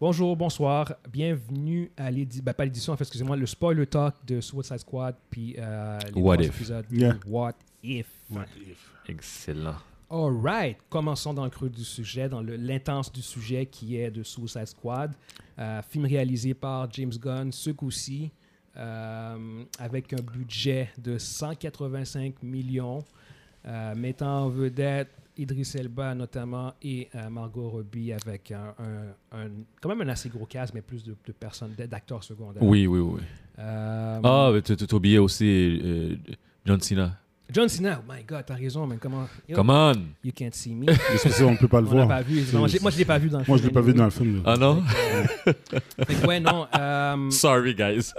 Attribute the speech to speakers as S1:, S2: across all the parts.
S1: Bonjour, bonsoir, bienvenue à l'édition, ben pas l'édition, en fait, excusez-moi, le spoiler talk de Suicide Squad, puis euh, les
S2: What
S1: prochains
S2: if.
S1: épisodes de
S3: Yeah.
S1: What If.
S2: Excellent.
S1: All right, commençons dans le creux du sujet, dans le- l'intense du sujet qui est de Suicide Squad, Euh, film réalisé par James Gunn, ce coup-ci, euh, avec un budget de 185 millions, euh, mettant en vedette Idris Elba notamment et euh, Margot Robbie avec un, un- un- quand même un assez gros cast, mais plus de, de personnes, d'acteurs secondaires.
S2: Oui, oui, oui.
S1: Euh,
S2: Ah, mais tu t'as oublié aussi euh, John Cena.
S1: John Cena, oh my god, t'as raison, mais comment... Yo,
S2: Come on!
S1: You can't see me.
S3: Mais c'est ça, on peut pas le
S1: On l'a
S3: voir.
S1: pas vu,
S3: C'est-
S1: non, j'ai- moi je l'ai pas vu dans le
S3: Moi, je
S1: film
S3: l'ai pas vu
S1: anyway.
S3: dans le film. là.
S2: Ah non?
S1: Fait que ouais, non. euh,
S2: Sorry, guys.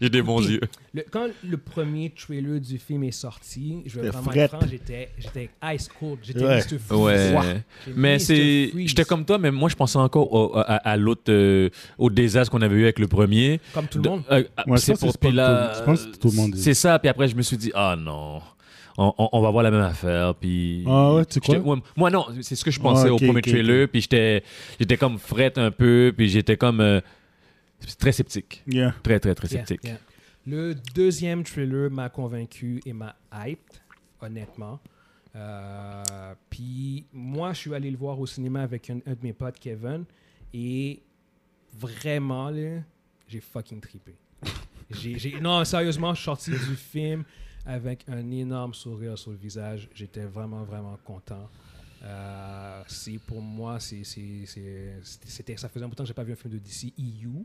S2: J'ai des bons yeux.
S1: le- quand le premier trailer du film est sorti, je vais
S3: T'es
S1: vraiment
S3: frette.
S1: être franc, j'étais, j'étais ice cold. J'étais
S3: Ouais.
S1: Mr. Freeze.
S2: Ouais.
S1: J'étais
S2: Mais
S1: Mr.
S2: c'est.
S1: Freeze.
S2: J'étais comme toi, mais moi, je pensais encore au- à, à l'autre. euh, au désastre qu'on avait eu avec le premier.
S1: Comme tout le monde.
S2: Euh, ah,
S3: Ouais, je
S2: c'est
S3: pense que
S2: pour.
S3: c'est pas
S2: puis là,
S3: tout- je pense que c'est tout le monde.
S2: C'est ça, puis après, je me suis dit, ah non. On, on- on va voir la même affaire, puis...
S3: Ah ouais, tu sais quoi?
S2: J'étais- moi, non, c'est ce que je pensais
S3: Ah, ok,
S2: au premier
S3: ok,
S2: trailer, puis j'étais j'étais comme frette un peu, puis j'étais comme... euh, très sceptique.
S3: Yeah.
S2: Très, très, très
S1: Yeah,
S2: sceptique.
S1: yeah. Le deuxième trailer m'a convaincu et m'a hyped, honnêtement. Euh, Puis moi, je suis allé le voir au cinéma avec un, un de mes potes, Kevin, et vraiment, là, j'ai fucking trippé. J'ai- j'ai- non, sérieusement, je suis sorti du film avec un énorme sourire sur le visage. J'étais vraiment, vraiment content. Euh, c'est pour moi, c'est, c'est- c'est- c'était, c'était- ça faisait un bout de temps que j'ai pas vu un film de E DC EU.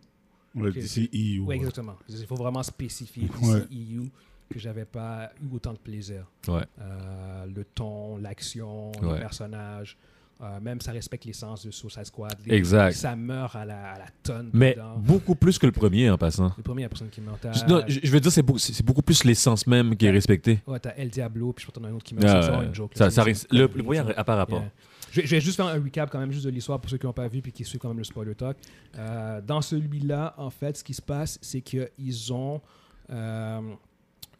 S3: Ouais, d'ici EU.
S1: Oui,
S3: ouais.
S1: exactement. Il faut vraiment spécifier
S3: Ouais.
S1: ici EU que j'avais pas eu autant de plaisir.
S2: Ouais.
S1: Euh, le ton, l'action,
S2: Ouais.
S1: les personnages, euh, même ça respecte l'essence de Suicide Squad. Les-
S2: Exact.
S1: Ça meurt à la, à la tonne.
S2: Mais
S1: dedans.
S2: beaucoup plus que le premier, en passant.
S1: le premier, la personne qui meurt.
S2: Je- non, je, je veux dire, c'est beau- c'est c'est beaucoup plus l'essence même qui est respectée.
S1: Ouais, t'as El Diablo, puis je pense que t'en as un autre qui meurt.
S2: Ah,
S1: c'est vraiment
S2: ouais.
S1: une joke. là.
S2: Ça-
S1: C'est
S2: ça
S1: une-
S2: risque- le,
S1: c'est
S2: le
S1: une
S2: premier
S1: joke.
S2: à par rapport.
S1: Yeah. Je, je vais juste faire un recap quand même juste de l'histoire pour ceux qui n'ont pas vu puis qui suivent quand même le spoiler talk. Euh, dans celui-là, en fait, ce qui se passe, c'est qu'ils ont euh,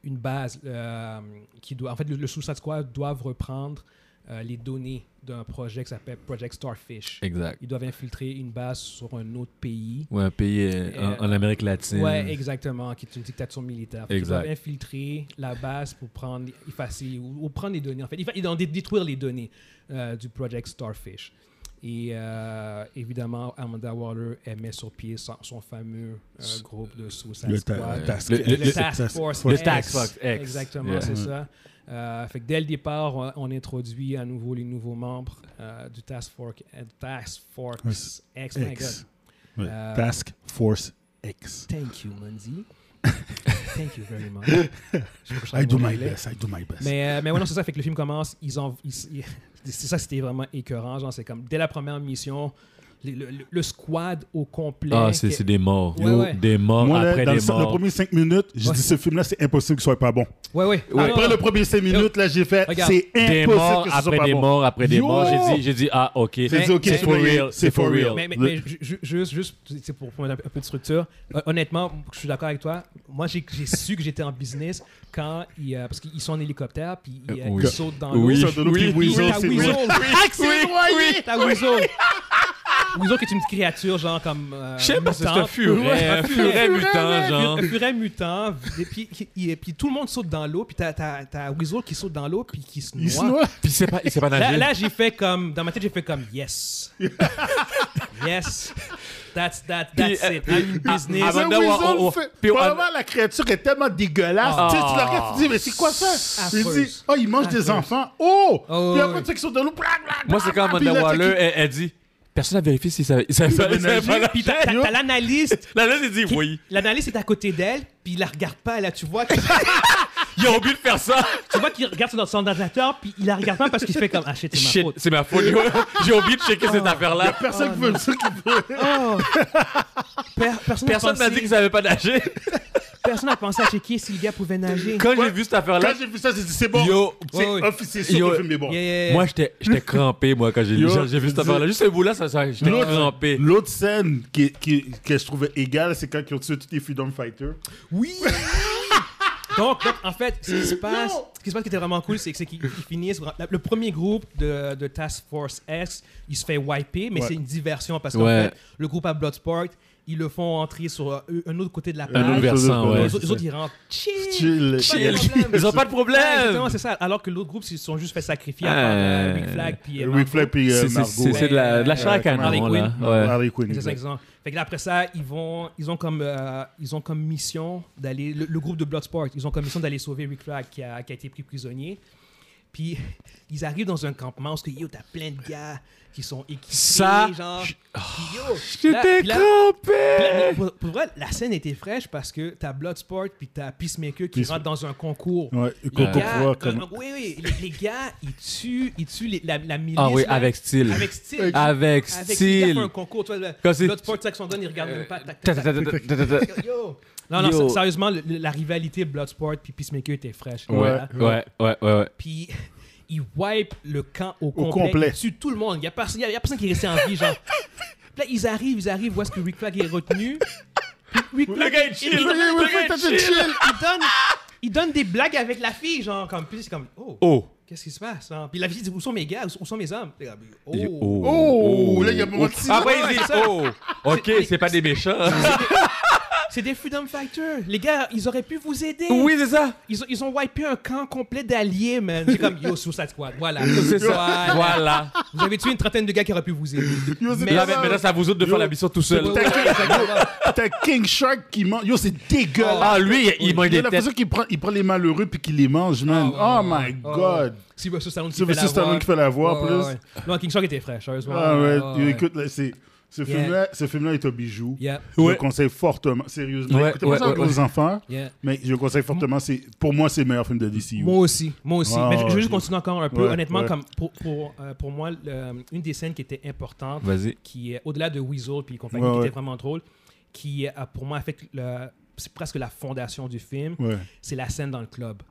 S1: une base euh, qui doit. En fait, le, le Suicide Squad doivent reprendre euh, les données d'un projet qui s'appelle Project Starfish.
S2: Exact.
S1: Ils doivent infiltrer une base sur un autre pays.
S2: Ouais, un pays euh,
S1: Euh,
S2: en, en Amérique latine.
S1: Ouais, exactement, qui est une dictature militaire. Fait qu'ils
S2: Exact.
S1: doivent infiltrer la base pour prendre, effacer ou, ou prendre les données. En fait, ils fa- ils doivent dé- détruire les données euh, du Project Starfish. Et euh, évidemment, Amanda Waller, elle met sur pied son, son fameux euh,
S2: S-
S1: groupe de Suicide
S3: Le ta-
S1: Squad.
S3: task.
S2: Le-
S1: Le,
S2: le-
S1: Task Force
S2: le Ah,
S1: X. Oh
S2: Task Force X.
S1: Exactement,
S2: Yeah.
S1: c'est
S3: Ouais.
S1: ça. Euh, fait que dès le départ, on, on introduit à nouveau les nouveaux membres euh, du Task Force, euh, Task Force X. My God.
S3: X. Ouais.
S1: Euh,
S3: Task Force X.
S1: Thank you, Mundi. Thank you very much. Je vais
S3: I do
S1: en
S3: my
S1: anglais.
S3: best, I do my best.
S1: Mais, euh, mais ouais, non, c'est ça. Fait que le film commence, ils ont. ils- ils- c'est ça, c'était vraiment écœurant. Genre, c'est comme dès la première mission, les- le, le- le squad au complet.
S2: Ah, c'est
S1: qui-
S2: c'est des morts.
S1: Ouais, ouais.
S2: Des morts
S3: Moi, là,
S2: après
S3: dans
S2: des
S3: le,
S2: morts.
S3: le premier 5 minutes, j'ai
S1: Ouais.
S3: dit ce film-là, c'est impossible qu'il soit pas bon.
S1: Ouais, ouais. Ah, non,
S3: après
S1: non,
S3: le premier 5 minutes, là, j'ai fait,
S1: Regarde.
S3: c'est
S2: des
S3: impossible
S2: morts
S3: que ce soit
S2: après
S3: pas
S2: des
S3: bon.
S2: morts après des
S3: Yo!
S2: morts. J'ai dit, j'ai dit, ah, ok.
S1: Hein?
S3: J'ai dit, ok,
S2: c'est for
S3: voyez,
S2: real.
S3: c'est for real.
S1: Mais, mais,
S3: Le-
S1: mais ju- ju- juste, juste c'est pour, pour mettre un peu de structure, hon- honnêtement, je suis d'accord avec toi. Moi, j'ai j'ai su que j'étais en business quand ils, euh, parce qu'ils sont en hélicoptère, puis ils, euh,
S2: Euh, oui.
S1: ils sautent dans l'eau.
S2: Oui.
S3: Ça donne
S2: Oui,
S3: le petit
S2: oui,
S3: weasel,
S1: t'as
S3: c'est-
S1: Weasel.
S2: Oui, oui.
S1: T'as Weasel. Weasel qui est une petite créature, genre comme. euh,
S2: Je sais pas, c'est un
S1: mutante.
S2: furet, un furet mutant, Ah, genre.
S1: Un furet mutant. Et puis, il- et puis tout le monde saute dans l'eau. Puis t'as, t'as, t'as Weasel qui saute dans l'eau. Puis qui se noie.
S3: Il se noie.
S2: Puis c'est pas, il sait pas
S1: Là,
S2: nager.
S1: là, j'ai fait comme. Dans ma tête, j'ai fait comme yes. yes. That's, that,
S2: Puis,
S1: that's
S2: euh,
S1: it. I'm in business.
S2: avant-
S3: Le
S2: Amanda,
S3: weasel
S2: on- on-
S3: fait-
S2: puis on-
S3: Probablement, la créature est tellement dégueulasse.
S2: Ah.
S3: Tu sais, tu la regardes, tu te dis, mais c'est quoi ça? Il
S1: Ah, Affreuse.
S3: dit, oh, il mange des
S1: Affreuse.
S3: enfants. Oh!
S1: Oh, oui.
S3: Puis après, tu sais qu'ils sont de l'eau. blablabla,
S2: Moi, c'est quand
S3: puis là,
S2: Amanda
S3: tu sais
S2: Waller,
S3: qu'ils-
S2: elle, elle dit Personne n'a vérifié si ça il savait pas
S3: savait
S2: il savait
S3: nager.
S2: pas nager.
S1: Puis t'as, t'as- t'as l'analyste.
S2: Là, là, elle dit
S1: qui-
S2: Oui.
S1: L'analyste est à côté d'elle. Puis il la regarde pas. Là, tu vois. que-
S2: Ils ont oublié de faire ça.
S1: tu vois qu'il regarde son- son ordinateur. Puis il la regarde pas parce qu'il fait comme. Ah, shit, c'est ma
S2: Shit,
S1: faute.
S2: c'est ma faute. Oh. J'ai oublié de checker cette affaire-là.
S3: Personne qui veut ça. qui veut-
S1: Oh. Per- personne n'a
S2: Personne n'a
S1: pensé-
S2: dit qu'ils savaient pas nager.
S1: personne n'a pensé à checker si le gars pouvait nager.
S2: Quand j'ai vu cette
S3: Quand
S2: affaire-là,
S3: j'ai vu ça, j'ai dit, c'est bon.
S2: yo,
S3: C'est
S1: Ouais, ouais.
S3: officiel, c'est sûr
S2: Yo.
S3: que le film est bon.
S1: Yeah, yeah, yeah.
S2: moi, j'étais j'étais crampé, moi, quand j'ai
S3: Yo,
S2: j'ai- j'ai vu cette
S3: je
S2: affaire-là. Juste ce bout-là, ça, ça- j'étais
S3: L'autre-
S2: crampé.
S3: L'autre scène qui, qui- que je trouvais égale, c'est quand ils ont tué tous les Freedom Fighters.
S1: oui. Donc, donc, en fait, ce qui se passe, ce qui se passe qui était vraiment cool, c'est que- c'est qu'ils ils finissent. la- Le premier groupe de, de Task Force X, il se fait wiper, mais
S3: Ouais.
S1: c'est une diversion parce qu'en
S2: Ouais.
S1: fait, le groupe à Bloodsport, ils le font entrer sur euh, un autre côté de la
S2: Un autre
S3: Ah,
S1: plage.
S2: versant,
S1: Les
S2: ouais.
S1: autres, les autres, ils rentrent chill.
S3: Chill.
S1: Pas de problème.
S2: Ils ont pas de
S1: Ouais,
S2: problème.
S1: exactement, c'est ça. Alors que l'autre groupe, ils se sont juste fait sacrifier
S2: Ah.
S1: à part euh, Ric Flag puis euh,
S3: Rick Flag puis euh,
S2: C'est- c'est-
S3: Margot.
S2: C'est c'est de la de la chair à
S1: Euh,
S2: canon,
S1: Harley
S2: là.
S1: Quinn.
S2: Ouais.
S3: Harley Quinn.
S1: C'est ça,
S3: exact.
S1: exemple. Fait que là, après ça, ils vont, ils ont comme, euh, ils ont comme mission d'aller, le, le groupe de Bloodsport, ils ont comme mission d'aller sauver Rick Flag qui a, qui a été pris prisonnier. Puis ils arrivent dans un campement parce que yo, t'as plein de gars qui sont équipés,
S2: Ça,
S1: genre.
S2: je-
S1: Puis, yo, là-
S2: J'étais
S1: puis là-
S2: crampé.
S1: puis là, mais pour, pour vrai, la scène était fraîche parce que t'as Bloodsport puis t'as Peacemaker qui
S3: Peace-
S1: rentre dans un concours.
S3: Ouais,
S1: Les
S3: Coco
S1: gars,
S3: Croix,
S1: comme-
S3: comme.
S1: oui, oui, les, les gars, ils tuent, ils tuent les- la, la milice.
S2: Ah oui,
S1: là,
S2: avec style.
S1: Avec style.
S2: Avec
S1: Avec il a fait
S2: style.
S1: un concours, toi, le-
S2: Quand c'est-
S1: l'autre porte ça qu'on donne, il regarde même pas. tac,
S2: Ta-
S1: tac,
S2: ta-
S1: tac,
S2: ta- ta- ta- ta- ta-
S1: tac, yo. Non, non,
S2: Yo.
S1: s- sérieusement, le- le- la rivalité Bloodsport puis Peacemaker était fraîche.
S2: Ouais,
S1: Voilà.
S2: ouais, ouais, ouais. ouais.
S1: Puis il wipe le camp au,
S3: complet.
S1: Il tue tout le monde. Il n'y a, personne- il y a- il y a personne qui est resté en vie, genre. Puis là, ils arrivent, ils arrivent, voient ce que Rick Flag est retenu. Puis Rick Flag,
S2: gars est chill.
S1: il, il,
S2: Le gars est
S3: Oui, oui, t'as fait chill.
S1: il donne, il donne des blagues avec la fille, genre, comme, puis c'est comme, oh,
S2: Oh.
S1: qu'est-ce qui se passe? hein? Puis la fille dit, où sont mes gars? Où sont mes hommes? Puis, Oh.
S2: Et-
S3: Oh, là, il y a un moment de silence.
S2: Après, il
S1: Ouais,
S2: dit
S1: c'est ça.
S2: Oh. Ok, c'est pas des méchants.
S1: C'est des Freedom Fighters. Les gars, ils auraient pu vous aider.
S2: Oui, c'est ça.
S1: Ils ont, ils ont wipé un camp complet d'alliés, man. C'est comme, yo, Suicide Squad. Voilà.
S2: C'est ça.
S1: Voilà.
S2: Voilà.
S1: Vous avez tué une trentaine de gars qui auraient pu vous aider.
S3: Yo, c'est
S1: Mais-
S2: Là, maintenant, c'est à vous autres de faire la mission tout seul.
S1: Ouais, ouais, exactement.
S3: T'as King Shark qui mange. Yo, c'est dégueulasse.
S2: Ah, lui, il- il mange
S3: Yo,
S2: des
S3: la
S2: têtes.
S3: personne qui prend, il prend les malheureux puis qui les mange, man.
S1: Ah, ouais,
S3: Oh, my
S1: ouais,
S3: god.
S1: ouais. Sylvester Stallone qui fait la
S3: Sylvester Stallone
S1: voix.
S3: qui fait la voix,
S1: Ouais,
S3: plus.
S1: ouais, ouais. Non, King Shark était fraîche, sérieusement.
S3: Ah ouais,
S1: ouais.
S3: écoute, là, c'est- ce
S1: Yeah.
S3: film-là ce film-là est un bijou.
S1: Yeah,
S3: Je
S2: Ouais.
S3: le conseille fortement, sérieusement.
S2: Ouais,
S3: Écoutez, pas
S2: ouais,
S3: ça avec
S2: ouais,
S3: vos enfants,
S1: yeah.
S3: mais je le conseille fortement. C'est, pour moi, c'est le meilleur film de DCU.
S1: Moi aussi, moi aussi.
S3: Ah,
S1: Mais je, je vais
S3: ouais,
S1: juste
S3: ouais.
S1: continuer encore un peu.
S3: Ouais,
S1: Honnêtement,
S3: ouais.
S1: comme pour, pour, euh, pour moi, le- une des scènes qui était importante,
S2: Vas-y.
S1: qui est au-delà de Weasel puis compagnie,
S3: Ouais,
S1: qui
S3: ouais.
S1: était vraiment drôle, qui a pour moi fait le, c'est presque la fondation du film,
S3: Ouais,
S1: c'est la scène dans le club.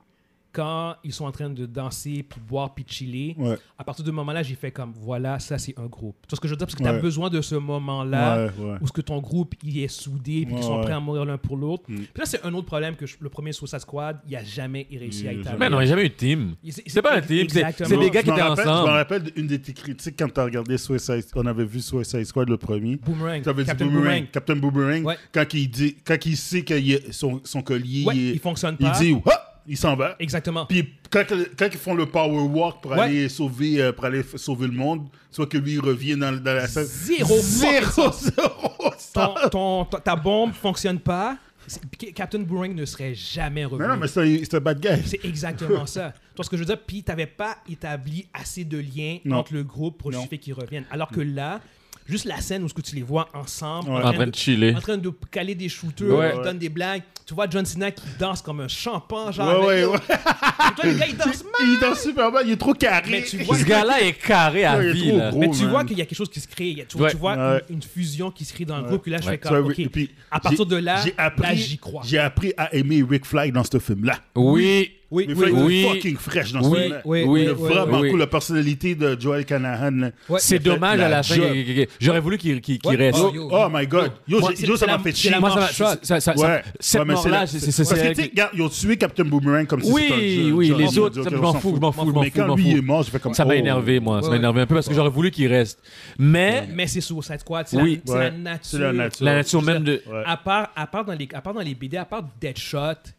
S1: Quand ils sont en train de danser, puis boire, puis chiller,
S3: ouais,
S1: à partir de ce moment-là, j'ai fait comme, voilà, ça c'est un groupe. Tu vois ce que je veux dire? Parce que tu as
S3: Ouais.
S1: besoin de ce moment-là
S3: ouais, ouais.
S1: où ce que ton groupe il est soudé puis
S3: Ouais,
S1: qu'ils sont
S3: ouais.
S1: prêts à mourir l'un pour l'autre.
S3: Mm.
S1: Puis là, c'est un autre problème que je- le premier Suicide Squad, il a jamais réussi à
S3: Il a
S1: établir.
S2: Mais non, il n'y a jamais eu de team.
S1: Il- c'est-
S2: C'est pas un team, c'est-
S1: Exactement.
S2: c'est des gars
S3: Je
S2: qui
S3: m'en
S2: étaient
S3: rappelle-
S2: ensemble.
S3: Je me rappelle une de tes critiques quand t'as regardé Suicide On avait vu Suicide Squad le premier.
S1: Boomerang.
S3: T'avais dit
S1: Captain
S3: Boomerang.
S1: Boomerang.
S3: Captain Boomerang.
S1: Ouais.
S3: Quand, il dit, quand il sait que il est- son, son collier,
S1: Ouais,
S3: il, est-
S1: il fonctionne
S3: il
S1: pas.
S3: dit, Ah! il s'en va.
S1: Exactement.
S3: Puis quand, quand ils font le power walk pour
S1: Ouais.
S3: aller sauver euh, pour aller f- sauver le monde, soit que lui il revient dans, dans la salle.
S1: Zéro
S3: zéro, zéro
S1: Ton-
S3: sens.
S1: ton- ta- ta bombe fonctionne pas. C'est- Ca- Captain Boomerang ne serait jamais revenu.
S3: Mais non, mais c'est un- c'est un bad guy.
S1: C'est exactement ça. Tu vois ce que je veux dire? Puis, t'avais pas établi assez de liens
S3: Non.
S1: entre le groupe pour
S3: Non.
S1: justifier qu'ils reviennent. Alors que là, juste la scène où ce que tu les vois ensemble,
S3: Ouais.
S2: En train de chiller.
S1: en train de caler des shooters,
S2: Ouais.
S1: qui donnent des blagues. Tu vois John Cena qui danse comme un champan, genre. mais-
S3: Ouais, ouais, ouais.
S1: Et Toi, le gars, il danse mal.
S3: Il danse super mal, il est trop carré.
S1: Mais tu vois-
S2: Ce gars-là est carré à
S3: Il est
S2: vie.
S3: trop
S2: là.
S3: gros.
S1: Mais tu
S3: man.
S1: vois qu'il y a quelque chose qui se crée. Il y a- Tu,
S2: Ouais.
S1: tu vois
S3: Ouais.
S1: une, une fusion qui se crée dans le groupe. Puis là, je
S2: Ouais.
S1: fais comme,
S3: Ça,
S1: OK,
S3: et puis,
S1: à partir
S3: j'ai-
S1: de là,
S3: j'ai
S1: là,
S3: appris-
S1: j'y crois.
S3: J'ai appris à aimer Rick Flag dans ce film-là.
S2: Oui.
S1: Oui,
S3: Rick
S1: oui,
S3: Flag
S1: oui.
S2: oui.
S3: est fucking fraîche dans ce
S2: Oui,
S3: film-là.
S1: oui,
S2: oui,
S3: Il est
S1: oui,
S3: vraiment
S2: oui.
S3: cool. La personnalité de Joel Canahan. là.
S1: Ouais.
S2: C'est
S3: Il a fait
S2: dommage à la fin.
S3: job.
S2: J'aurais voulu qu'il qu'il- qu'il
S1: Ouais.
S2: reste.
S1: Oh,
S3: Oh,
S1: yo.
S3: my god. Yo,
S1: Moi,
S3: j'ai-
S1: c'est-
S3: yo,
S1: c'est
S3: ça
S1: la-
S3: m'a fait
S1: c'est
S3: chier.
S1: la
S2: Moi, ça m'a.
S1: marche.
S2: ça- ça- ça- ça-
S3: Ouais.
S2: Cette
S3: Ouais, mais c'est la-
S2: mort-là, c'est- c'est-
S3: Parce que, tu sais,
S2: c'est.
S3: regarde, ils ont tué Captain Boomerang comme si
S2: Oui,
S3: c'était un jeu.
S2: oui,
S3: Genre,
S2: les
S3: on va
S2: autres,
S3: dire,
S2: ça-
S3: ok,
S2: je
S3: on
S2: m'en
S3: s'en
S2: fous,
S3: fout.
S2: je m'en fous, je m'en
S3: Mais
S2: fous, je m'en
S3: quand lui
S2: fous.
S3: est mort, je fais comme
S2: Ça m'a
S3: oh.
S2: énervé, moi. Ça m'a
S1: Ouais.
S2: énervé un peu parce que j'aurais voulu qu'il reste. Mais
S1: Mais c'est Suicide Squad. C'est
S2: Oui.
S1: la, c'est
S3: Ouais.
S1: la nature.
S3: C'est la nature.
S2: la nature même de.
S3: Ouais.
S1: À part, à, part dans les, à part dans les BD, à part Deadshot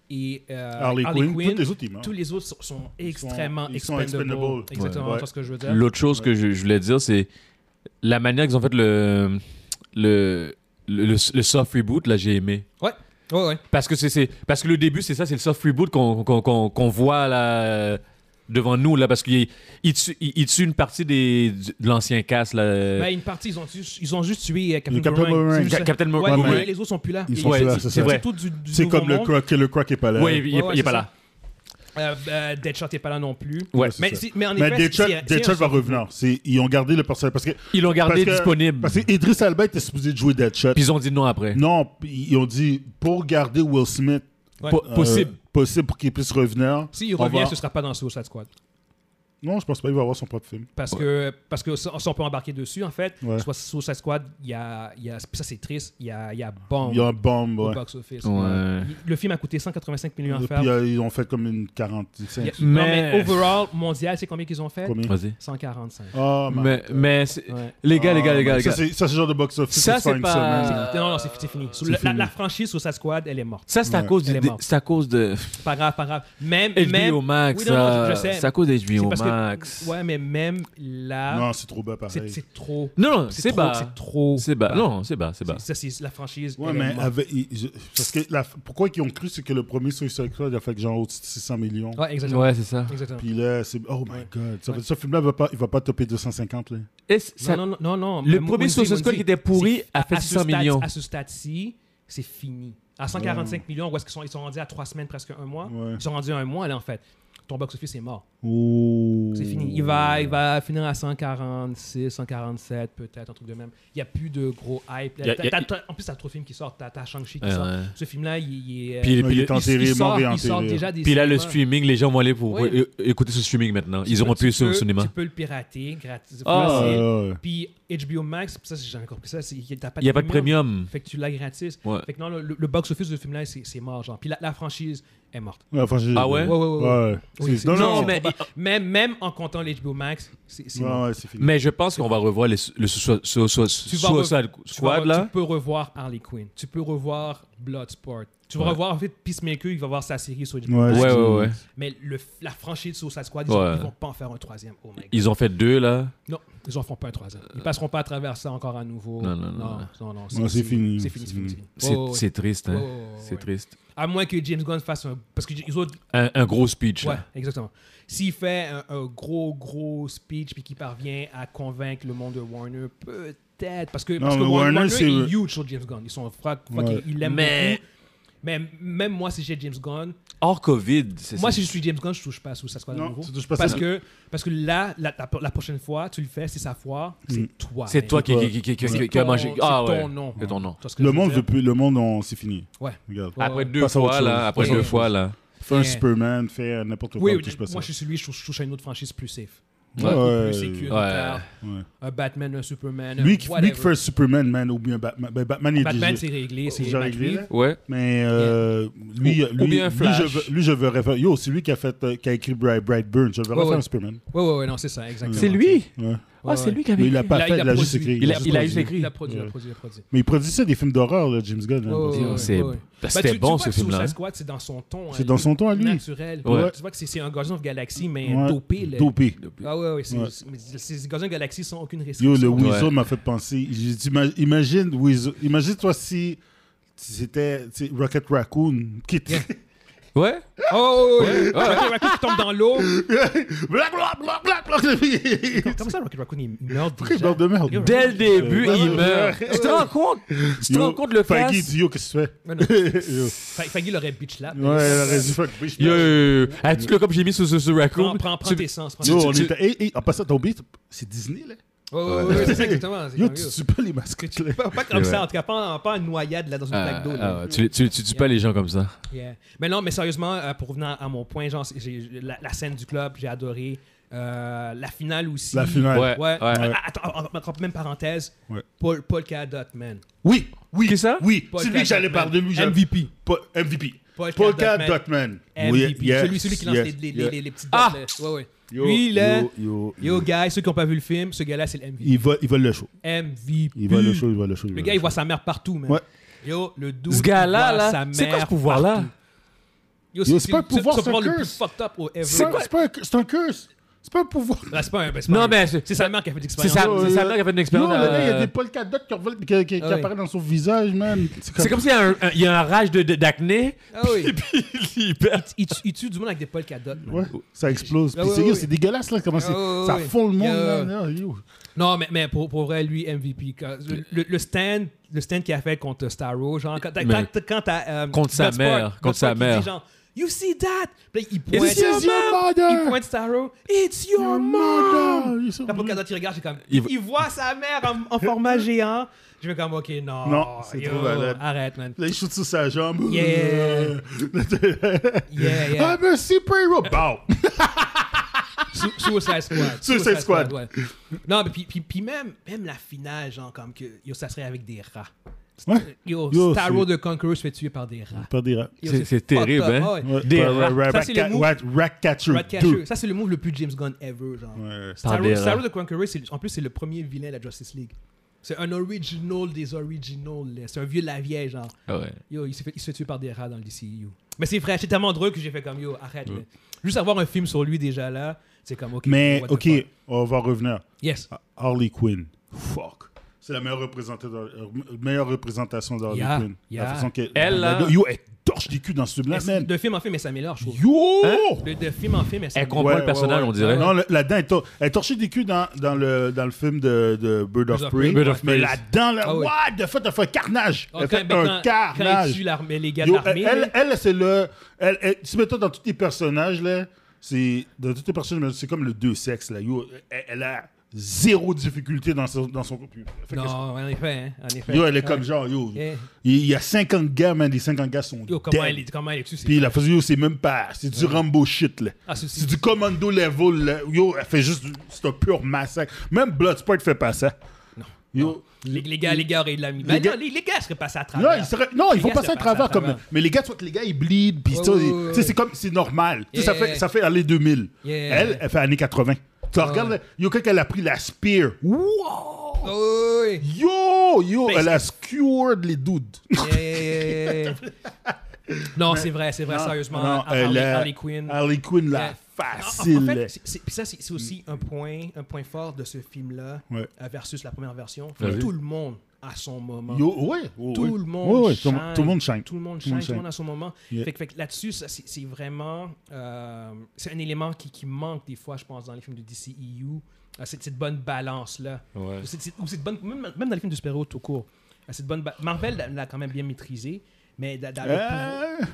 S1: et euh,
S3: Harley Quinn, toutes les autres, ils meurent.
S1: tous les autres sont, sont extrêmement
S3: ils sont
S1: expendables.
S3: expendables.
S1: Exactement,
S3: Ouais.
S1: tu vois ce que je veux dire.
S2: L'autre chose que je, je voulais dire, c'est la manière qu'ils ont fait le, le, le, le- le soft reboot, là, j'ai aimé.
S1: Ouais, ouais, ouais.
S2: Parce que, c'est, c'est- parce que le début, c'est ça, c'est le soft reboot qu'on, qu'on, qu'on, qu'on voit là, euh, devant nous, là, parce qu'il il tue, il- il tue une partie des, du- de l'ancien casse. Là. euh,
S1: Ben, une partie, ils ont, juste- ils ont juste tué euh, Captain,
S3: Le Captain
S1: Boomerang.
S3: Boomerang.
S1: C'est juste
S2: Ca-
S1: ça.
S2: Captain Mo-
S1: Ouais, mais
S2: Boomerang.
S1: les autres sont plus là.
S3: Ils
S1: Et
S3: sont
S2: Ouais,
S3: plus là,
S2: c'est-
S3: c'est
S2: c'est
S3: ça.
S2: vrai.
S1: C'est tout du, du
S3: C'est
S1: nouveau
S3: comme le
S1: monde.
S3: croc, le croc est pas là.
S2: Ouais, il, il est-
S1: Ouais, ouais,
S2: il est pas
S1: c'est
S2: là.
S1: Euh, euh, Deadshot n'est pas là non plus.
S2: Ouais.
S3: c'est
S1: Mais,
S3: ça.
S1: si- mais en
S3: Mais
S1: effet,
S3: Deadshot,
S1: c'est- c'est-
S3: Deadshot
S1: c'est-
S3: va revenir. C'est- Ils ont gardé le personnage parce que
S2: Ils l'ont gardé
S3: parce que-
S2: disponible.
S3: Parce que Idris Elba était supposé de jouer Deadshot.
S2: Puis ils ont dit non après.
S3: Non, puis ils ont dit pour garder Will Smith
S1: Ouais.
S2: Po-
S3: euh,
S2: possible.
S3: possible pour qu'il puisse revenir.
S1: S'il
S3: on
S1: revient,
S3: va-
S1: ce ne sera pas dans Suicide Squad.
S3: Non, je pense pas qu'il va avoir son propre film.
S1: Parce que, parce que si si on peut embarquer dessus, en fait,
S3: Ouais.
S1: soit Suicide Squad, il y a, il y a- ça c'est triste, il y a, il y a Bomb
S3: Il y a un bomb,
S1: au
S3: ouais.
S1: box-office.
S2: Ouais.
S1: Il- Le film a coûté 185 millions à
S3: Et puis,
S1: faire.
S3: il y a- ils ont fait comme
S1: Il y
S3: une
S1: a-
S3: 45.
S1: non,
S2: euh, Mais-
S1: mais overall, mondial, c'est combien qu'ils ont fait
S3: Combien
S2: Vas-y.
S1: 145.
S3: Ah, man.
S2: Mais, mais c'est-
S1: Ouais.
S2: les gars, les gars, les gars,
S3: Ah,
S2: les
S3: ça,
S2: gars.
S3: c'est- Ça, c'est le genre de box-office.
S2: Ça,
S3: qui se fait
S2: c'est
S3: une
S2: pas-
S3: semaine.
S1: C'est- Non, non, c'est c'est fini.
S2: Euh,
S1: Sous-
S3: c'est
S1: la- La,
S3: fini.
S1: la franchise Suicide Squad, elle est morte.
S2: Ça, c'est à
S3: Ouais.
S2: cause
S1: Elle
S2: du-
S1: est morte.
S2: c'est à cause de
S1: Pas grave, pas grave. Même, même,
S2: HBO Max.
S1: Oui, non, non,
S2: ça.
S1: je sais.
S2: C'est à cause
S1: C'est
S2: d'HBO
S1: parce que-
S2: Max.
S1: Ouais, mais même là,
S3: Non, c'est trop bas,
S1: c'est
S3: pareil.
S1: c'est trop.
S2: Non, non, c'est
S1: trop- Ah.
S2: bas.
S1: C'est trop.
S2: C'est bas.
S1: bas.
S2: Non, c'est bas, c'est bas.
S1: C'est- Ça, c'est la franchise.
S3: Ouais,
S1: elle est
S3: mais
S1: morte.
S3: avec- ils- je- parce que la- pourquoi ils ont cru c'est que le premier Suicide Squad a fait genre au-dessus de 600 millions.
S1: Ouais, exactement.
S2: Ouais, c'est ça.
S1: Exactement.
S3: Puis là, c'est oh my
S1: Ouais.
S3: god, ça
S1: Ouais.
S3: fait ce film-là va pas, il va pas topper 250 là.
S2: Et c'est- ça-
S1: Non, non, non, non.
S2: Le
S1: Mon-
S2: premier
S1: Monzi,
S2: Suicide
S1: Monzi,
S2: Squad qui était pourri
S1: c'est-
S2: a fait
S1: à ce
S2: 600
S1: stade-
S2: millions. Hmm.
S1: À ce stade-ci, c'est fini. À 145 millions, où est-ce qu'ils sont, ils sont rendus à trois semaines, presque un
S2: Ah.
S1: mois
S3: Ouais.
S1: Ils sont rendus à un mois, là, en fait. Ton box-office est mort.
S3: Ouh.
S1: C'est fini. Il va,
S2: Hmm.
S1: il va finir à 146, 147, peut-être, un truc de même. Il n'y a plus de gros hype.
S2: Y a-
S1: T'as-
S2: y a-
S1: t'as- t'as- en plus, t'as trop de films qui sortent. T'as t'as Shang-Chi qui
S2: Ouais,
S1: sort.
S2: ouais.
S1: Ce film-là, il, il est. euh,
S2: Puis,
S3: Il
S2: puis,
S3: est
S1: il- il
S3: enterré,
S1: sort,
S3: mort et
S1: il sort
S3: enterré.
S1: déjà des
S2: puis là, le
S1: cinémas.
S2: streaming, les gens vont aller pour
S1: Oui.
S2: euh, écouter ce streaming maintenant. Ils auront
S1: Tu
S2: plus ça au
S1: peux-
S2: cinéma.
S1: Tu peux le pirater gratis.
S2: Ah,
S3: Ah,
S1: facile.
S3: ouais, ouais.
S1: Puis HBO Max, ça, j'ai encore compris ça. c'est- t'as
S2: Il n'y a pas de premium.
S1: Fait que tu l'as gratis.
S2: Ouais.
S1: Fait que non, le, le box-office de ce film-là, c'est c'est mort, genre. Puis la, la franchise est morte.
S3: Ouais, enfin, j'ai-
S2: Ah ouais?
S1: Ouais, ouais, ouais, ouais.
S3: Ouais.
S1: Oui,
S3: C'est-
S1: c'est-
S3: non,
S2: Non,
S3: non,
S2: mais-
S1: Même, même en comptant l'HBO Max, c'est c'est
S3: Ouais,
S1: mort.
S3: ouais, c'est fini.
S2: Mais je pense qu'on va revoir les, le Suicide Su- Su- Su-
S1: vas re-
S2: Suicide
S1: Tu, vas-
S2: Squad, là.
S1: tu peux revoir Harley Quinn. Tu peux revoir Bloodsport. Tu vas
S2: Ouais.
S1: revoir, en fait, Peacemaker, il va voir sa série sur HBO.
S2: Ouais,
S3: Ouais,
S2: ouais,
S3: c'est-
S2: ouais.
S1: Mais le, la franchise sur sa squad, ils, ont-
S2: Ouais.
S1: ils vont pas en faire un troisième. Oh my God.
S2: Ils ont fait deux, là.
S1: Non, ils en font pas un troisième. Ils passeront pas à travers ça encore à nouveau.
S2: Non, non, non, non.
S1: Non, non, non,
S3: Non, c'est fini.
S1: C'est fini, c'est fini. c'est fini.
S2: C'est
S1: Ouais, ouais,
S2: c'est triste, hein.
S1: ouais, ouais, ouais,
S2: C'est
S1: ouais.
S2: triste.
S1: À moins que James Gunn fasse un. Parce que les autres.
S2: Un, un gros speech.
S1: Ouais,
S2: là.
S1: exactement. S'il fait un, un gros, gros speech puis qu'il parvient à convaincre le monde de Warner, peut-être. Parce que, parce
S3: Non,
S1: que
S3: mais
S1: Warner, Warner
S3: Warner, c'est-
S1: est huge sur James Gunn. Ils sont fra- fucking-
S3: Ouais.
S1: Ils l'aiment
S2: Mais-
S1: beaucoup. Mais même moi, si j'ai James Gunn,
S2: Hors COVID, c'est
S1: moi,
S2: c'est-
S1: si je suis James Gunn, je touche pas à Suicide Squad à
S3: Non,
S1: nouveau.
S3: tu touches pas
S1: parce
S3: ça.
S1: que, parce que là, la, la- la prochaine fois, tu le fais, c'est sa foi, c'est
S3: Mm.
S1: Ah, toi.
S2: c'est
S1: man.
S2: toi qui,
S3: Ouais.
S2: qui, qui, qui,
S1: C'est
S2: qui- qui a
S1: ton-
S2: mangé.
S1: c'est
S2: Ah
S1: ton
S2: ouais.
S1: nom.
S2: C'est ton nom.
S1: Tu vois ce que
S3: Le
S1: je veux
S3: monde
S1: dire?
S3: veut plus, le monde, on- c'est fini.
S1: Ouais.
S3: Regarde.
S1: Ouais.
S2: Après deux
S3: Passe à autre
S2: fois, là.
S3: chose.
S2: Après
S1: Ouais.
S2: deux fois, là.
S3: Fais un
S1: Ouais.
S3: Superman, fais euh, n'importe quoi,
S1: Oui,
S3: touche pas ça.
S1: moi je suis celui, je touche, je touche à une autre franchise plus safe.
S3: Ouais,
S1: Beaucoup
S3: ouais,
S1: plus
S3: ouais.
S1: sécuritaire.
S3: Ouais.
S1: Un Batman, un Superman. un
S3: Lui qui, lui
S1: whatever.
S3: qui fait un Superman, man, ou bien Batman. Ben, Batman, il est
S1: Batman,
S3: déjà-
S1: c'est réglé. C'est
S3: déjà réglé,
S1: réglé.
S3: là.
S2: Ouais.
S3: Mais euh, lui,
S2: Ou- ou
S3: lui,
S2: bien
S3: lui,
S2: Flash.
S3: je veux, lui, je veux refaire. Yo, c'est lui qui a, fait, euh, qui a écrit Bright, Brightburn. Je veux
S1: Ouais,
S3: refaire
S1: ouais.
S3: un Superman.
S1: Ouais, ouais, ouais, non, c'est ça, exactement.
S2: C'est lui.
S3: Ouais.
S2: Ah, c'est
S1: ouais.
S2: lui qui
S3: Mais
S2: avait.
S3: il l'a
S2: écrit.
S3: pas fait, il a juste
S1: produit.
S3: écrit.
S2: Il a-
S3: juste
S2: il a
S3: produit.
S2: juste écrit.
S1: Il a produit, il a
S3: Ouais.
S1: produit, il a produit.
S3: Mais il produisait des films d'horreur, là, James Gunn.
S1: Ouais,
S3: hein, parce que-
S1: ouais, ouais. Bah,
S2: C'est- C'était
S1: tu-
S2: bon,
S1: tu
S2: ce
S1: vois que
S2: film-là. hein.
S1: Suicide Squad, c'est dans son ton.
S3: C'est
S1: hein,
S3: dans son ton à lui.
S1: Naturel.
S2: Ouais.
S1: Tu vois que c'est- c'est un Guardian of Galaxy, mais
S3: Ouais.
S1: dopé. là.
S3: Dopé.
S1: Ah ouais, ouais. c'est-
S3: Ouais.
S1: mais c'est- Les Guardians of Galaxy sans aucune
S3: Yo, le
S1: restriction.
S3: Weasel m'a fait penser. J'ai dit, ima- Imagine, Weasel- imagine-toi si c'était tu sais, Rocket Raccoon qui était.
S2: Ouais.
S1: Oh, ouais, ouais. Rocket Raccoon qui tombe dans l'eau.
S3: Blac, blac, blac, blac, blac.
S1: Comment ça, Rocket Raccoon, il meurt
S3: Il
S1: déjà?
S3: meurt de merde.
S2: Dès le début,
S3: Ouais.
S2: il meurt. Tu te rends compte? Tu te
S3: Yo,
S2: rends compte le
S3: Feige
S2: face?
S3: dit, yo, qu'est-ce que
S1: Ouais, non.
S3: tu fais? Yo.
S1: Fa- Faggy l'aurait bitch là.
S3: Ouais, elle aurait dû fuck, bitch.
S2: Yo, yo, yo, yo. Ah, tu le comme j'ai mis sur ce
S1: Prends,
S2: raccoon.
S1: prends, prends
S2: Tu-
S1: tes sens. Prends
S3: Yo,
S1: tes
S3: on
S1: sens.
S3: était. Hey, hey, en passant, ton beat, c'est Disney, là.
S1: Ouais, ouais, ouais, c'est ça, exactement. c'est
S3: Yo,
S1: comme,
S3: tu
S1: yo.
S3: tues pas les mascottes, là.
S1: Pas, pas comme ça, en tout cas, pas en, pas en noyade là, dans une
S2: Ah,
S1: plaque d'eau.
S2: ah
S1: là.
S2: ouais, tu, tu, tu tues pas les gens comme ça.
S1: Yeah. Mais non, mais sérieusement, euh, pour revenir à mon point, genre, c'est- j'ai- la, la scène du club, j'ai adoré. Euh, la finale aussi.
S3: La finale.
S2: Ouais.
S1: Ouais.
S2: ouais.
S1: Ah, Attends, en- en- en- même parenthèse.
S3: Ouais.
S1: Paul, Paul Cadot, man.
S3: Oui, oui.
S2: Qui ça?
S3: Oui,
S1: Paul
S3: c'est lui que j'allais
S1: Cadotman.
S3: parler de lui. j'allais-
S1: MVP.
S3: Paul- MVP.
S1: Paul
S3: Paul
S1: Cadotman.
S3: Cadotman.
S1: MVP. celui, celui qui lance les, les, les, les petites
S2: Ah!
S1: bottes, là. Ouais, ouais.
S3: Yo,
S1: Lui, là. Yo,
S3: yo, yo, yo.
S1: guys, ceux qui n'ont pas vu le film, ce gars-là, c'est le MVP.
S3: Il va, il va le show.
S1: MVP.
S3: Il va le show, il va le show.
S1: Le gars, il voit sa mère partout, man.
S3: Ouais.
S1: Yo, le doux.
S2: Ce gars-là, là, c'est quoi ce pouvoir-là?
S1: Yo,
S3: Yo, c'est pas un pouvoir,
S1: C'est le
S3: c'est un
S1: le plus
S3: curse.
S1: fucked up au ever.
S3: C'est pas- c'est pas un cu- c'est un curse. C'est pas un pouvoir.
S1: Là, c'est pas un. ben, c'est pas
S2: Non,
S1: un-
S2: mais c'est
S1: C'est sa mère qui a fait
S2: c'est
S1: l'expérience.
S2: sa,
S3: Yo,
S2: c'est sa
S3: yo.
S2: mère qui a fait une
S3: Non,
S2: expérience.
S3: le gars, il y
S2: euh,
S3: a des polkadot qui, revolent- qui, qui, qui
S1: Ah oui.
S3: apparaissent dans son visage, man.
S2: C'est comme s'il y a un, un- il y a un rage de- de- d'acné.
S1: Ah oui.
S2: puis il perd.
S1: Il tue, il tue du monde avec des polka dots. man.
S3: Ouais, ça explose.
S1: Ah
S3: Puis
S1: ouais,
S3: c'est
S1: ouais,
S3: c'est dégueulasse, là. Comment c'est.
S1: Ah ouais,
S3: Ça
S1: ouais.
S3: fond le monde,
S1: Yeah.
S3: man. Ah, yo.
S1: Non, mais, mais pour, pour vrai, lui, MVP. quand- le, le- le stand, le stand qu'il a fait contre Starro, genre, quand t'as.
S2: Mais-
S1: quand t'as- quand t'as, euh,
S2: Contre sa
S1: Bloodsport,
S2: mère, contre sa
S1: Bloodsport qui
S2: mère.
S1: dit genre, You see that? Puis là, il
S2: Is
S1: pointe.
S2: it your
S3: It's your
S1: Il
S3: mother.
S1: pointe Starro. It's your mom!
S3: Mother. You're so
S1: Là, pour
S3: blue.
S1: quand il regarde, c'est comme.
S2: Il
S1: Il,
S2: va-
S1: voit sa mère en, en format géant. Je vais comme, ok, non.
S3: Non, c'est
S1: yo,
S3: trop valable.
S1: Arrête, man.
S3: Là, il shoot sur sa jambe.
S1: Yeah. Yeah, yeah.
S3: I'm a super hero. Bow.
S1: Su- Suicide Squad.
S3: Suicide Squad.
S1: ouais. Non, mais puis, puis, puis même, même la finale, genre, comme que yo, ça serait avec des rats.
S3: Ouais.
S1: Yo,
S3: Yo,
S1: Starro
S3: c'est-
S1: the Conqueror se fait tuer par des rats.
S3: Pas des rats.
S1: Yo,
S2: C'est- c'est
S1: fucked
S2: terrible,
S1: up.
S2: hein?
S1: Ah ouais.
S3: Ouais,
S2: Des
S3: pas-
S2: rats.
S3: rat-
S1: Ça, c'est
S3: rat-
S1: le move.
S3: rat- Rat catcher.
S1: Rat Catcher.
S3: deux.
S1: Ça, c'est le move le plus James Gunn ever. Genre.
S3: Ouais.
S2: Par
S1: Starro,
S2: des rats.
S1: Starro the Conqueror, c'est le- en plus, c'est le premier vilain de la Justice League. C'est un original des originals. là. C'est un vieux lavier, genre.
S2: Ah Ouais.
S1: Yo, il se fait, il se fait tuer par des rats dans le DCU. Mais c'est vrai, c'est tellement drôle que j'ai fait comme yo, arrête. là. Juste avoir un film sur lui déjà là, c'est comme ok.
S3: Mais,
S1: what the
S3: OK,
S1: fuck.
S3: on va revenir.
S1: Yes.
S3: Harley Quinn. Fuck. C'est la meilleure, représentée dans- euh, meilleure représentation d'Harley
S1: Yeah,
S3: Quinn.
S1: yeah.
S3: La façon qu'elle.
S2: Elle,
S3: la-
S2: là-
S3: Yo, elle torche du cul dans ce film-là, man.
S1: De Hein? film en film, mais ça m'améliore, je trouve.
S3: Yo!
S1: De, de film en film, mais ça
S2: Elle
S1: m'améliore.
S2: comprend le personnage, on dirait.
S3: Non, le- là-dedans, elle, tor- elle torchait du cul dans, dans, le, dans le film de, de Bird
S1: Bird
S3: of
S1: of
S3: Prey.
S1: Prey. Bird
S2: of
S3: Mais
S2: Prey.
S3: là-dedans, là,
S1: Ah oui.
S3: what the fuck, elle fait un carnage.
S1: Oh,
S3: elle
S1: quand-
S3: fait
S1: ben, quand-
S3: un
S1: Quand il tue
S3: carnage.
S1: l'armée- les gars
S3: Yo,
S1: de l'armée.
S3: elle, elle, elle, c'est le. Elle, elle- si mettons dans tous les personnages, là, c'est. Dans tous les personnages, c'est comme le deux sexes, là. Yo, elle, elle a zéro difficulté dans son. Dans son puis- fait que-
S1: Non, en effet, hein, en effet.
S3: Yo, elle est
S1: Ouais.
S3: comme genre, yo.
S1: Eh.
S3: Il il y a 50 gars, man. Les 50 gars sont.
S1: Yo, comment
S3: dead.
S1: elle est, comment elle est dessus, c'est-
S3: Puis la façon, yo, c'est même pas. C'est du Rambo shit, là.
S1: Ah, c'est-
S3: C'est du commando level, là. Yo, elle fait juste. du- C'est un pur massacre. Même Bloodsport fait pas ça.
S1: Non,
S3: Yo.
S1: Les, les gars, les gars auraient de la mis.
S3: Les
S1: Ben
S3: gars-
S1: non, les, les gars seraient passés à travers.
S3: Non, ils, seraient- non, ils vont
S1: gars
S3: passer
S1: se
S3: à travers
S1: passent à
S3: comme.
S1: travers.
S3: Mais les gars, soit que les gars, ils bleed, puis
S1: Ouais,
S3: ça,
S1: ouais,
S3: ils-
S1: ouais,
S3: tu sais, c'est
S1: ouais.
S3: comme. C'est normal. Tu sais, ça,
S1: Yeah.
S3: fait, ça fait années 2000.
S1: Yeah.
S3: Elle, elle fait années 80. Tu la regardes, là, yo, quand elle a pris la spear. Wow!
S1: Oh, oui.
S3: Yo, yo,
S1: Ben,
S3: elle a skewered les dudes.
S1: Yeah, yeah, yeah, yeah. non, c'est vrai, c'est vrai,
S3: Non,
S1: sérieusement.
S3: non,
S1: Harley,
S3: elle a-
S1: Harley Quinn.
S3: Harley Quinn,
S1: Yeah.
S3: là,
S1: En- En,
S3: facile.
S1: fait, c'est- c'est- puis ça, c'est c'est aussi un point, un point fort de ce film-là
S3: Ouais.
S1: euh, versus la première version.
S2: Vas-y.
S1: Tout le monde à son moment.
S3: Yo, ouais, ouais,
S1: tout,
S3: ouais.
S1: le monde
S3: Ouais, ouais, tout,
S1: shine,
S3: tout le monde shine.
S1: Tout le monde
S3: Tout le
S1: shine, tout
S3: monde
S1: le
S3: shine.
S1: monde à son moment.
S3: Yeah.
S1: Fait, que- fait que là-dessus, ça, c'est c'est vraiment... euh, c'est un élément qui, qui manque des fois, je pense, dans les films de DCEU. Euh, cette, cette bonne balance-là.
S2: Ouais.
S1: Ou cette- cette- ou cette bonne, même, même dans les films de super-héros tout court. Euh, Cette bonne ba- Marvel l'a- l'a quand même bien maîtrisé, mais dans- dans le pouvoir-
S3: Euh,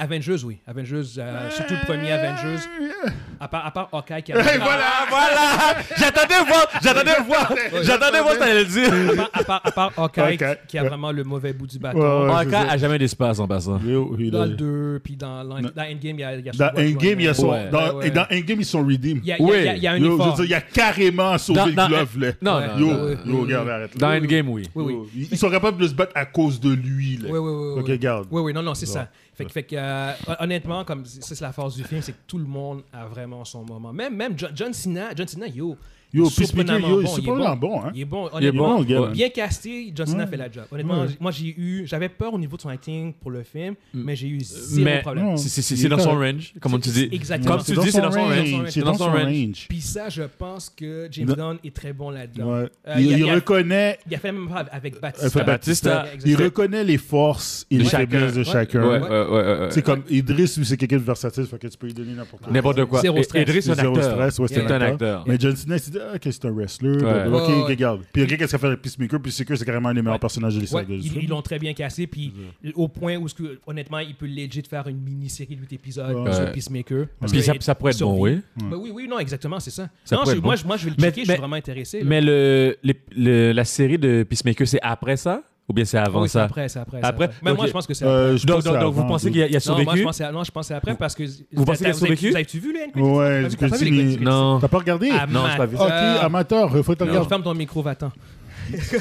S1: Avengers, oui. Avengers, euh, surtout le premier Avengers. Ah.
S3: yeah.
S1: À part, à part Hawkeye qui
S3: Ah! Et
S1: avait...
S3: voilà,
S2: Ah, voilà! J'attendais voir, j'attendais voir, j'attendais voir ce que t'allais
S1: À
S2: dire.
S1: part, à part, à part Hawkeye,
S3: Hawkeye.
S1: qui- qui a
S3: Ouais.
S1: vraiment le mauvais bout du bâton.
S3: Ouais, ouais,
S2: Encore
S3: c'est ça.
S2: a jamais d'espace en passant.
S3: Yo, il
S1: Dans
S3: a-
S1: le 2, puis dans, dans, dans Endgame, il y a, il y a
S3: Dans
S1: Rogue One,
S3: Endgame, il y a
S1: ouais.
S3: son.
S2: Ouais.
S3: Dans,
S1: Ouais, ouais.
S3: Et dans Endgame, ils sont redeemed.
S1: Il y a,
S2: Oui.
S1: il y a- il y a un
S3: Yo, je veux
S1: effort.
S3: dire, il y a carrément sauvé
S2: Dans-
S3: le
S2: dans-
S3: glove, là.
S2: Non,
S1: Ouais.
S2: non,
S3: Yo,
S2: non.
S1: Ouais.
S3: yo, regarde, arrête. là.
S2: Dans Endgame, oui.
S1: Oui, oui.
S3: Yo, Ils ils sont capables de se battre à cause de lui, là.
S1: Oui, oui, oui.
S3: Ok,
S1: oui.
S3: regarde.
S1: Oui, oui, non, non, c'est ça. Fait, que- fait que, euh, hon- honnêtement, comme c'est c'est la force du film, c'est que tout le monde a vraiment son moment. Même, même John, John Cena, John Cena, yo. il
S3: Yo,
S1: est
S3: Peacemaker,
S1: surprenamment
S3: yo, il est
S1: bon,
S3: surprenamment bon, hein.
S1: Il est bon.
S2: Il est
S1: honnêtement.
S2: bon,
S3: le gars,
S2: ouais.
S3: man.
S1: Bien casté, John Cena
S3: Ouais.
S1: fait la job. Honnêtement,
S3: Ouais. Mm.
S1: j- moi j'ai eu, j'avais peur au niveau de son acting pour le film, mais j'ai eu zéro
S2: Mais
S1: problème.
S3: non.
S2: c'est- c'est c'est-
S3: Il
S2: c'est
S3: est
S2: dans son
S3: correct.
S2: range, comme tu
S1: C'est-
S2: dis.
S1: exactement.
S2: Comme tu dis, c'est dans son range.
S3: C'est dans son range.
S1: Puis ça, je pense que James
S3: Non.
S1: Gunn est très bon là-dedans.
S3: Ouais.
S1: Euh,
S3: Il
S1: y a-
S3: il
S1: y a-
S3: reconnaît.
S1: Il a fait la même affaire avec
S3: euh,
S1: Batista.
S3: fait Batista,
S2: Batista,
S3: il
S1: exactement.
S3: reconnaît les forces et les
S2: Chacun.
S3: faiblesses de
S1: Ouais.
S3: chacun.
S2: Ouais, ouais,
S1: Ouais.
S2: ouais, ouais, ouais.
S3: C'est comme Idriss, lui, c'est quelqu'un de versatile, fait que tu peux lui donner n'importe quoi.
S2: N'importe quoi.
S1: Zéro
S2: Et-
S1: stress.
S2: Idris, c'est un
S3: Zéro
S2: acteur.
S3: stress, ouais,
S2: C'est un acteur.
S3: Mais John Cena, il s'est dit, ah, ok, c'est un wrestler. blablabla.
S1: Ouais,
S3: Ok,
S1: ouais, ouais.
S3: regarde. Puis regarde qu'est-ce qu'il a fait avec Peacemaker. Peacemaker, c'est carrément un des meilleurs
S1: Ouais.
S3: personnages de l'histoire
S1: Ouais,
S3: de
S1: ils ils l'ont très bien cassé, puis au point où, ce que, honnêtement, il peut legit faire une mini-série de 8 épisodes
S3: Ouais.
S1: sur
S2: Ouais.
S1: Peacemaker. Parce
S2: Puis
S1: que
S2: ça,
S1: il
S2: ça pourrait être bon,
S1: survit.
S2: oui.
S1: Ben oui, oui, non, exactement, c'est ça.
S2: Ça
S1: non,
S2: pourrait
S1: je-
S2: être
S1: moi,
S2: bon.
S1: je, moi, je vais le
S2: Mais-
S1: checker, je
S2: mais-
S1: suis vraiment intéressé. là.
S2: Mais le, les- le- la série de Peacemaker, c'est après ça Ou bien c'est
S1: Ah
S2: avant
S1: oui, c'est
S2: ça
S1: après, c'est après. c'est
S2: Après?
S1: Mais moi,
S2: Ok.
S1: je pense que c'est après.
S3: Euh, je
S2: Donc,
S3: pense que
S2: donc-
S3: c'est
S2: donc vous
S3: avant,
S2: pensez
S3: oui.
S2: qu'il y a, il y a
S1: Non, moi, je
S2: survécu
S1: pensais, non, je pensais après parce que.
S2: Vous pensez qu'il a
S1: Vous avez-
S2: survécu
S1: Vous avez-tu vu, le Henry?
S3: Ouais,
S1: T'as
S3: du
S1: vu- t'as
S3: coup,
S1: vu
S3: c'est-
S1: les critiques?
S2: Non.
S3: T'as pas regardé
S1: Ah,
S2: Non, j'ai pas vu
S3: Ok,
S1: amateur.
S3: amateur, faut que tu
S1: Yo,
S3: regardes.
S1: Ferme Euh, ton micro, va-t'en.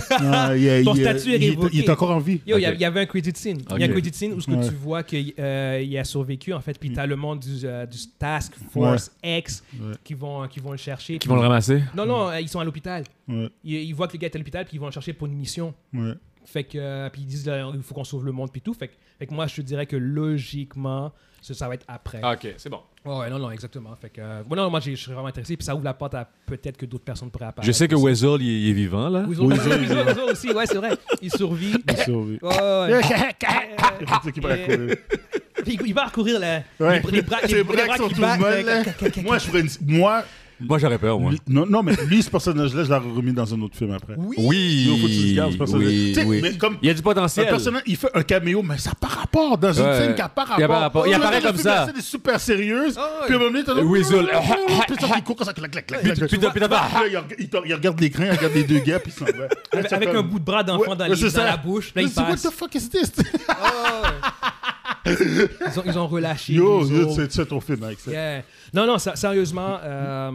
S3: Ah, il est-
S1: Ton
S3: il est-
S1: statut est
S3: il
S1: révoqué.
S3: Il est encore en vie.
S1: Yo, il y a-
S2: Ok.
S1: il y avait un credit scene. Il y a un
S2: Ok.
S1: credit scene où ce que
S3: Ouais.
S1: tu vois qu'il euh, il a survécu, en
S2: Mm.
S1: fait, puis t'as le monde du, euh, du Task Force X qui vont, qui vont le chercher.
S2: Qui vont le ramasser
S1: Non, non, euh, ils sont à l'hôpital.
S3: Ouais,
S1: Ils, ils voient que le gars est à l'hôpital, puis ils vont le chercher pour une mission.
S3: ouais.
S1: Fait que, euh, puis ils disent, là, il faut qu'on sauve le monde, puis tout. Fait que, fait que moi, je te dirais que logiquement, ça, ça va être après.
S2: Ah, ok, c'est bon.
S1: Ouais, ouais, non, non, exactement. Fait que, euh, moi, non, moi, j'ai- je suis vraiment intéressé, puis ça ouvre la porte à peut-être que d'autres personnes pourraient apparaître.
S2: Je sais que
S1: aussi.
S2: Wessel, il, il est vivant, là.
S1: Weasel, Weasel, Weasel aussi, ouais, c'est vrai. Il survit.
S3: Il survit.
S1: Ouais, ouais, ouais.
S3: C'est qui va courir.
S1: Puis il- il va recourir là.
S3: Ouais.
S1: Les, les bras, les,
S3: Ses
S1: les
S3: bras
S1: bras
S3: qui sont
S1: qui
S3: tout
S1: battent,
S3: molles,
S1: là.
S3: là. Moi, je ferais une- Moi,
S2: Moi, j'aurais peur, moi.
S3: lui- non, non, mais lui, ce personnage-là, je l'aurais remis dans un autre film après.
S1: Oui.
S3: Yo, faut que tu le gardes, ce personnage.
S2: oui,
S3: Tu sais,
S2: oui.
S3: mais comme-
S2: Il y a du
S3: Un
S2: potentiel.
S3: personnage, il fait un caméo, mais ça par rapport dans une
S2: Ouais.
S3: scène qui a par rapport.
S2: Il y a par rapport. Il
S3: Oh, là,
S2: apparaît
S3: là,
S2: comme
S3: le
S2: ça.
S3: film, C'est super sérieux.
S1: Ah ouais.
S3: Puis à un moment donné, t'as
S2: Weasel.
S3: Puis ça, il court comme ça, clac, clac, clac,
S2: Puis
S3: clac.
S2: puis t'as- puis t'as pas-
S3: Là, il reg- il te- il regarde l'écran, il regarde les deux gars, puis il s'en va.
S1: Avec, avec un bout de bras d'enfant dans, les- dans la bouche, là il
S3: What
S1: passe.
S3: the fuck is this?
S1: Ah, ouais. Ils ont, ils ont relâché.
S3: Yo,
S1: les
S3: yo,
S1: autres.
S3: c'est c'est ton film, Mike. ça.
S1: Yeah. Non, non, sa- sérieusement, euh,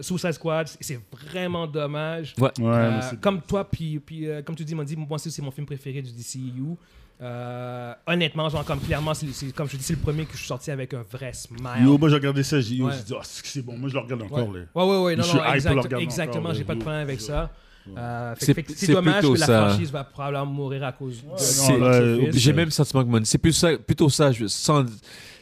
S1: Suicide Squad, c'est- c'est vraiment dommage.
S2: Ouais.
S3: Ouais,
S1: Euh,
S3: mais c'est-
S1: comme toi, puis, puis euh, comme tu dis, Mandy, moi aussi, c'est mon film préféré du DCU. Euh, honnêtement, genre, comme clairement, c'est- c'est- comme je dis, c'est le premier que je suis sorti avec un vrai smile.
S3: Yo, moi, j'ai regardé ça, j'ai yo,
S1: Ouais.
S3: j'ai dit, Ah, c'est c'est bon, moi, je le regarde
S1: Ouais.
S3: encore. là.
S1: ouais, ouais, ouais, non,
S3: Je
S1: non,
S3: suis hype pour le
S1: exact-
S3: regarder
S1: exactement,
S3: encore,
S1: j'ai
S3: là.
S1: pas de problème avec ça. Euh, fait-
S2: C'est-
S1: fait que c'est
S2: c'est
S1: dommage
S2: plutôt
S1: que la
S2: ça.
S1: franchise va probablement mourir à cause de
S2: C'est-
S1: de-
S3: non, là,
S1: de-
S3: oublie-
S2: J'ai même le sentiment que Money. C'est plus ça, plutôt ça. je- sans-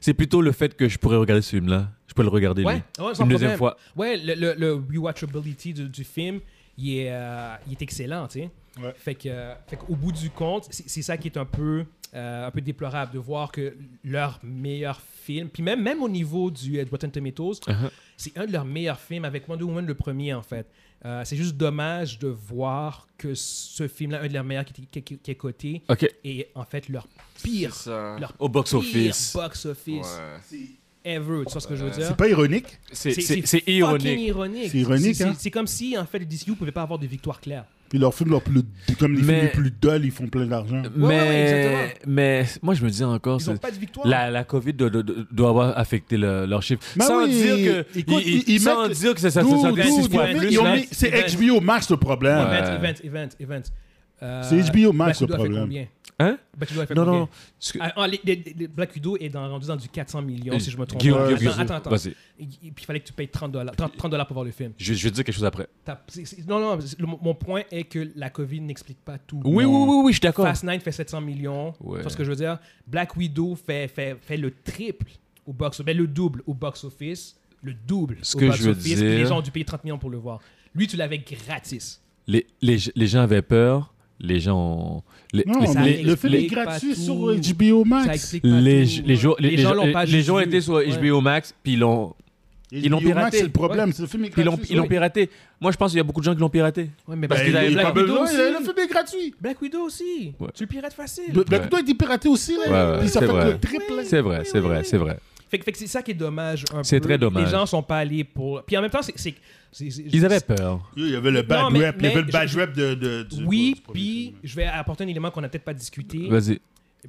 S2: C'est plutôt le fait que je pourrais regarder ce film-là. Je peux le regarder
S1: Ouais,
S2: lui.
S1: ouais, sans
S2: une
S1: problème.
S2: deuxième fois.
S1: Ouais, le, le, le rewatchability du, du film, il est, euh, il est excellent, tu sais.
S3: Ouais.
S1: Fait que, euh, fait qu'au bout du compte, c'est c'est ça qui est un peu, euh, un peu déplorable de voir que leur meilleur film, puis même, même au niveau du euh, Rotten Tomatoes,
S2: Uh-huh.
S1: c'est un de leurs meilleurs films avec Wonder Woman le premier en fait. Euh, c'est juste dommage de voir que ce film-là, un de leurs meilleurs qui, était- qui- qui- qui est coté,
S2: Ok.
S1: est en fait leur pire,
S4: ça.
S1: leur
S2: Au box-office.
S1: pire box-office
S4: Ouais.
S1: ever. Tu vois ce que je veux dire?
S3: C'est pas ironique?
S2: C'est
S1: C'est-
S2: c'est-
S1: c'est
S2: c'est
S1: fucking
S2: ironique.
S1: ironique.
S3: C'est ironique,
S1: C'est-
S3: hein?
S1: c'est- C'est comme si, en fait, le DCU pouvait pas avoir de victoire claire.
S3: Puis leurs films, leurs plus- comme les
S2: Mais-
S3: films les plus dulls, ils font plein d'argent.
S1: Ouais, ouais, ouais,
S2: Mais,
S1: exactement.
S2: mais moi, je me dis encore,
S1: Ils ont
S2: c'est-
S1: pas de victoire.
S2: la, la COVID doit, doit- doit avoir affecté le- leur chiffre.
S3: Ben
S2: sans
S3: oui,
S2: dire que,
S3: écoute,
S2: ils-
S3: ils- ils
S2: sans
S3: mettent-
S2: dire que ça, ça, ça,
S3: Dude,
S2: ça-
S3: dude,
S2: ça-
S1: six
S3: ils
S1: points
S3: ont mis-
S1: plus,
S3: ils ont
S1: là.
S3: mis- C'est
S1: Ouais.
S3: HBO Max le problème.
S2: Ouais.
S1: Event, event, event, event. Euh,
S3: C'est HBO Max,
S1: Black Widow a
S3: le
S1: fait
S3: problème.
S1: combien?
S2: Hein?
S1: Black Widow a fait
S2: Non,
S1: combien?
S2: non. ce que-
S1: Ah, ah, les- les- les- Black Widow est dans, rendu dans du 400 millions, si je me trompe
S2: Euh, Guillaume,
S1: pas.
S3: Ouais,
S2: Guillaume,
S1: attends, attends, attends.
S2: vas-y.
S1: Et- et Puis il fallait que tu payes 30 dollars 30, 30 dollars pour voir le film.
S2: Je, je vais te dire quelque chose après.
S1: T'as- c'est- c'est- non, non, c'est- le- mon point est que la COVID n'explique pas tout.
S2: Oui, oui, oui, oui, je suis d'accord.
S1: Fast 9 fait 700 millions.
S2: Ouais.
S1: Tu vois ce que je veux dire? Black Widow fait, fait, fait le triple au box ben le double au box-office. Le double
S2: Ce
S1: au
S2: que je veux
S1: box-office. puis Les
S2: dire-
S1: gens ont dû payer 30 millions pour le voir. Lui, tu l'avais gratis.
S2: Les, les, les gens avaient peur. Les gens. ont- Les,
S3: Non,
S2: les-
S1: ça
S3: mais
S2: les-
S3: le film est
S1: explique pas
S3: gratuit
S1: tout.
S3: sur HBO
S1: Ça
S3: Max.
S1: explique pas
S2: les,
S1: tout.
S2: les, gens- les,
S1: Les
S2: les
S1: gens
S2: gens,
S1: l'ont pas
S2: les gens
S1: juste
S2: étaient
S1: vu.
S2: sur
S1: Ouais.
S2: HBO Max, puis ils l'ont Ils l'ont
S3: HBO Max,
S2: piraté.
S3: c'est le problème. c'est Le film est
S2: puis ils l'ont-
S3: gratuit.
S2: ils l'ont
S3: ouais.
S2: piraté. Moi, je pense qu'il y a beaucoup de gens qui l'ont piraté.
S1: Ouais, mais
S2: Parce
S1: Black-
S2: qu'ils
S3: Ben,
S2: avaient
S3: il est
S2: Black
S3: pas
S1: Widow
S3: besoin,
S1: aussi.
S3: Le film est gratuit.
S1: Black Widow aussi.
S2: Ouais.
S1: Tu le pirates facile.
S3: Le- Black
S2: Ouais.
S3: Widow a été piraté aussi.
S2: Ouais,
S3: là.
S2: ouais,
S3: Puis ça
S2: c'est
S3: fait
S2: vrai.
S3: le triple.
S2: C'est vrai, c'est vrai, c'est vrai.
S1: Fait, que- fait que c'est ça qui est dommage. un
S2: C'est
S1: peu.
S2: très dommage.
S1: Les gens sont pas allés pour. Puis en même temps, c'est. c'est- c'est- c'est-
S2: Ils avaient peur.
S3: Il y avait le bad
S1: Non, mais-
S3: rap. Il y avait
S1: mais
S3: le bad
S1: je-
S3: rap de- de- du-
S1: Oui,
S3: du premier
S1: puis
S3: film.
S1: je vais apporter un élément qu'on n'a peut-être pas discuté.
S2: Vas-y.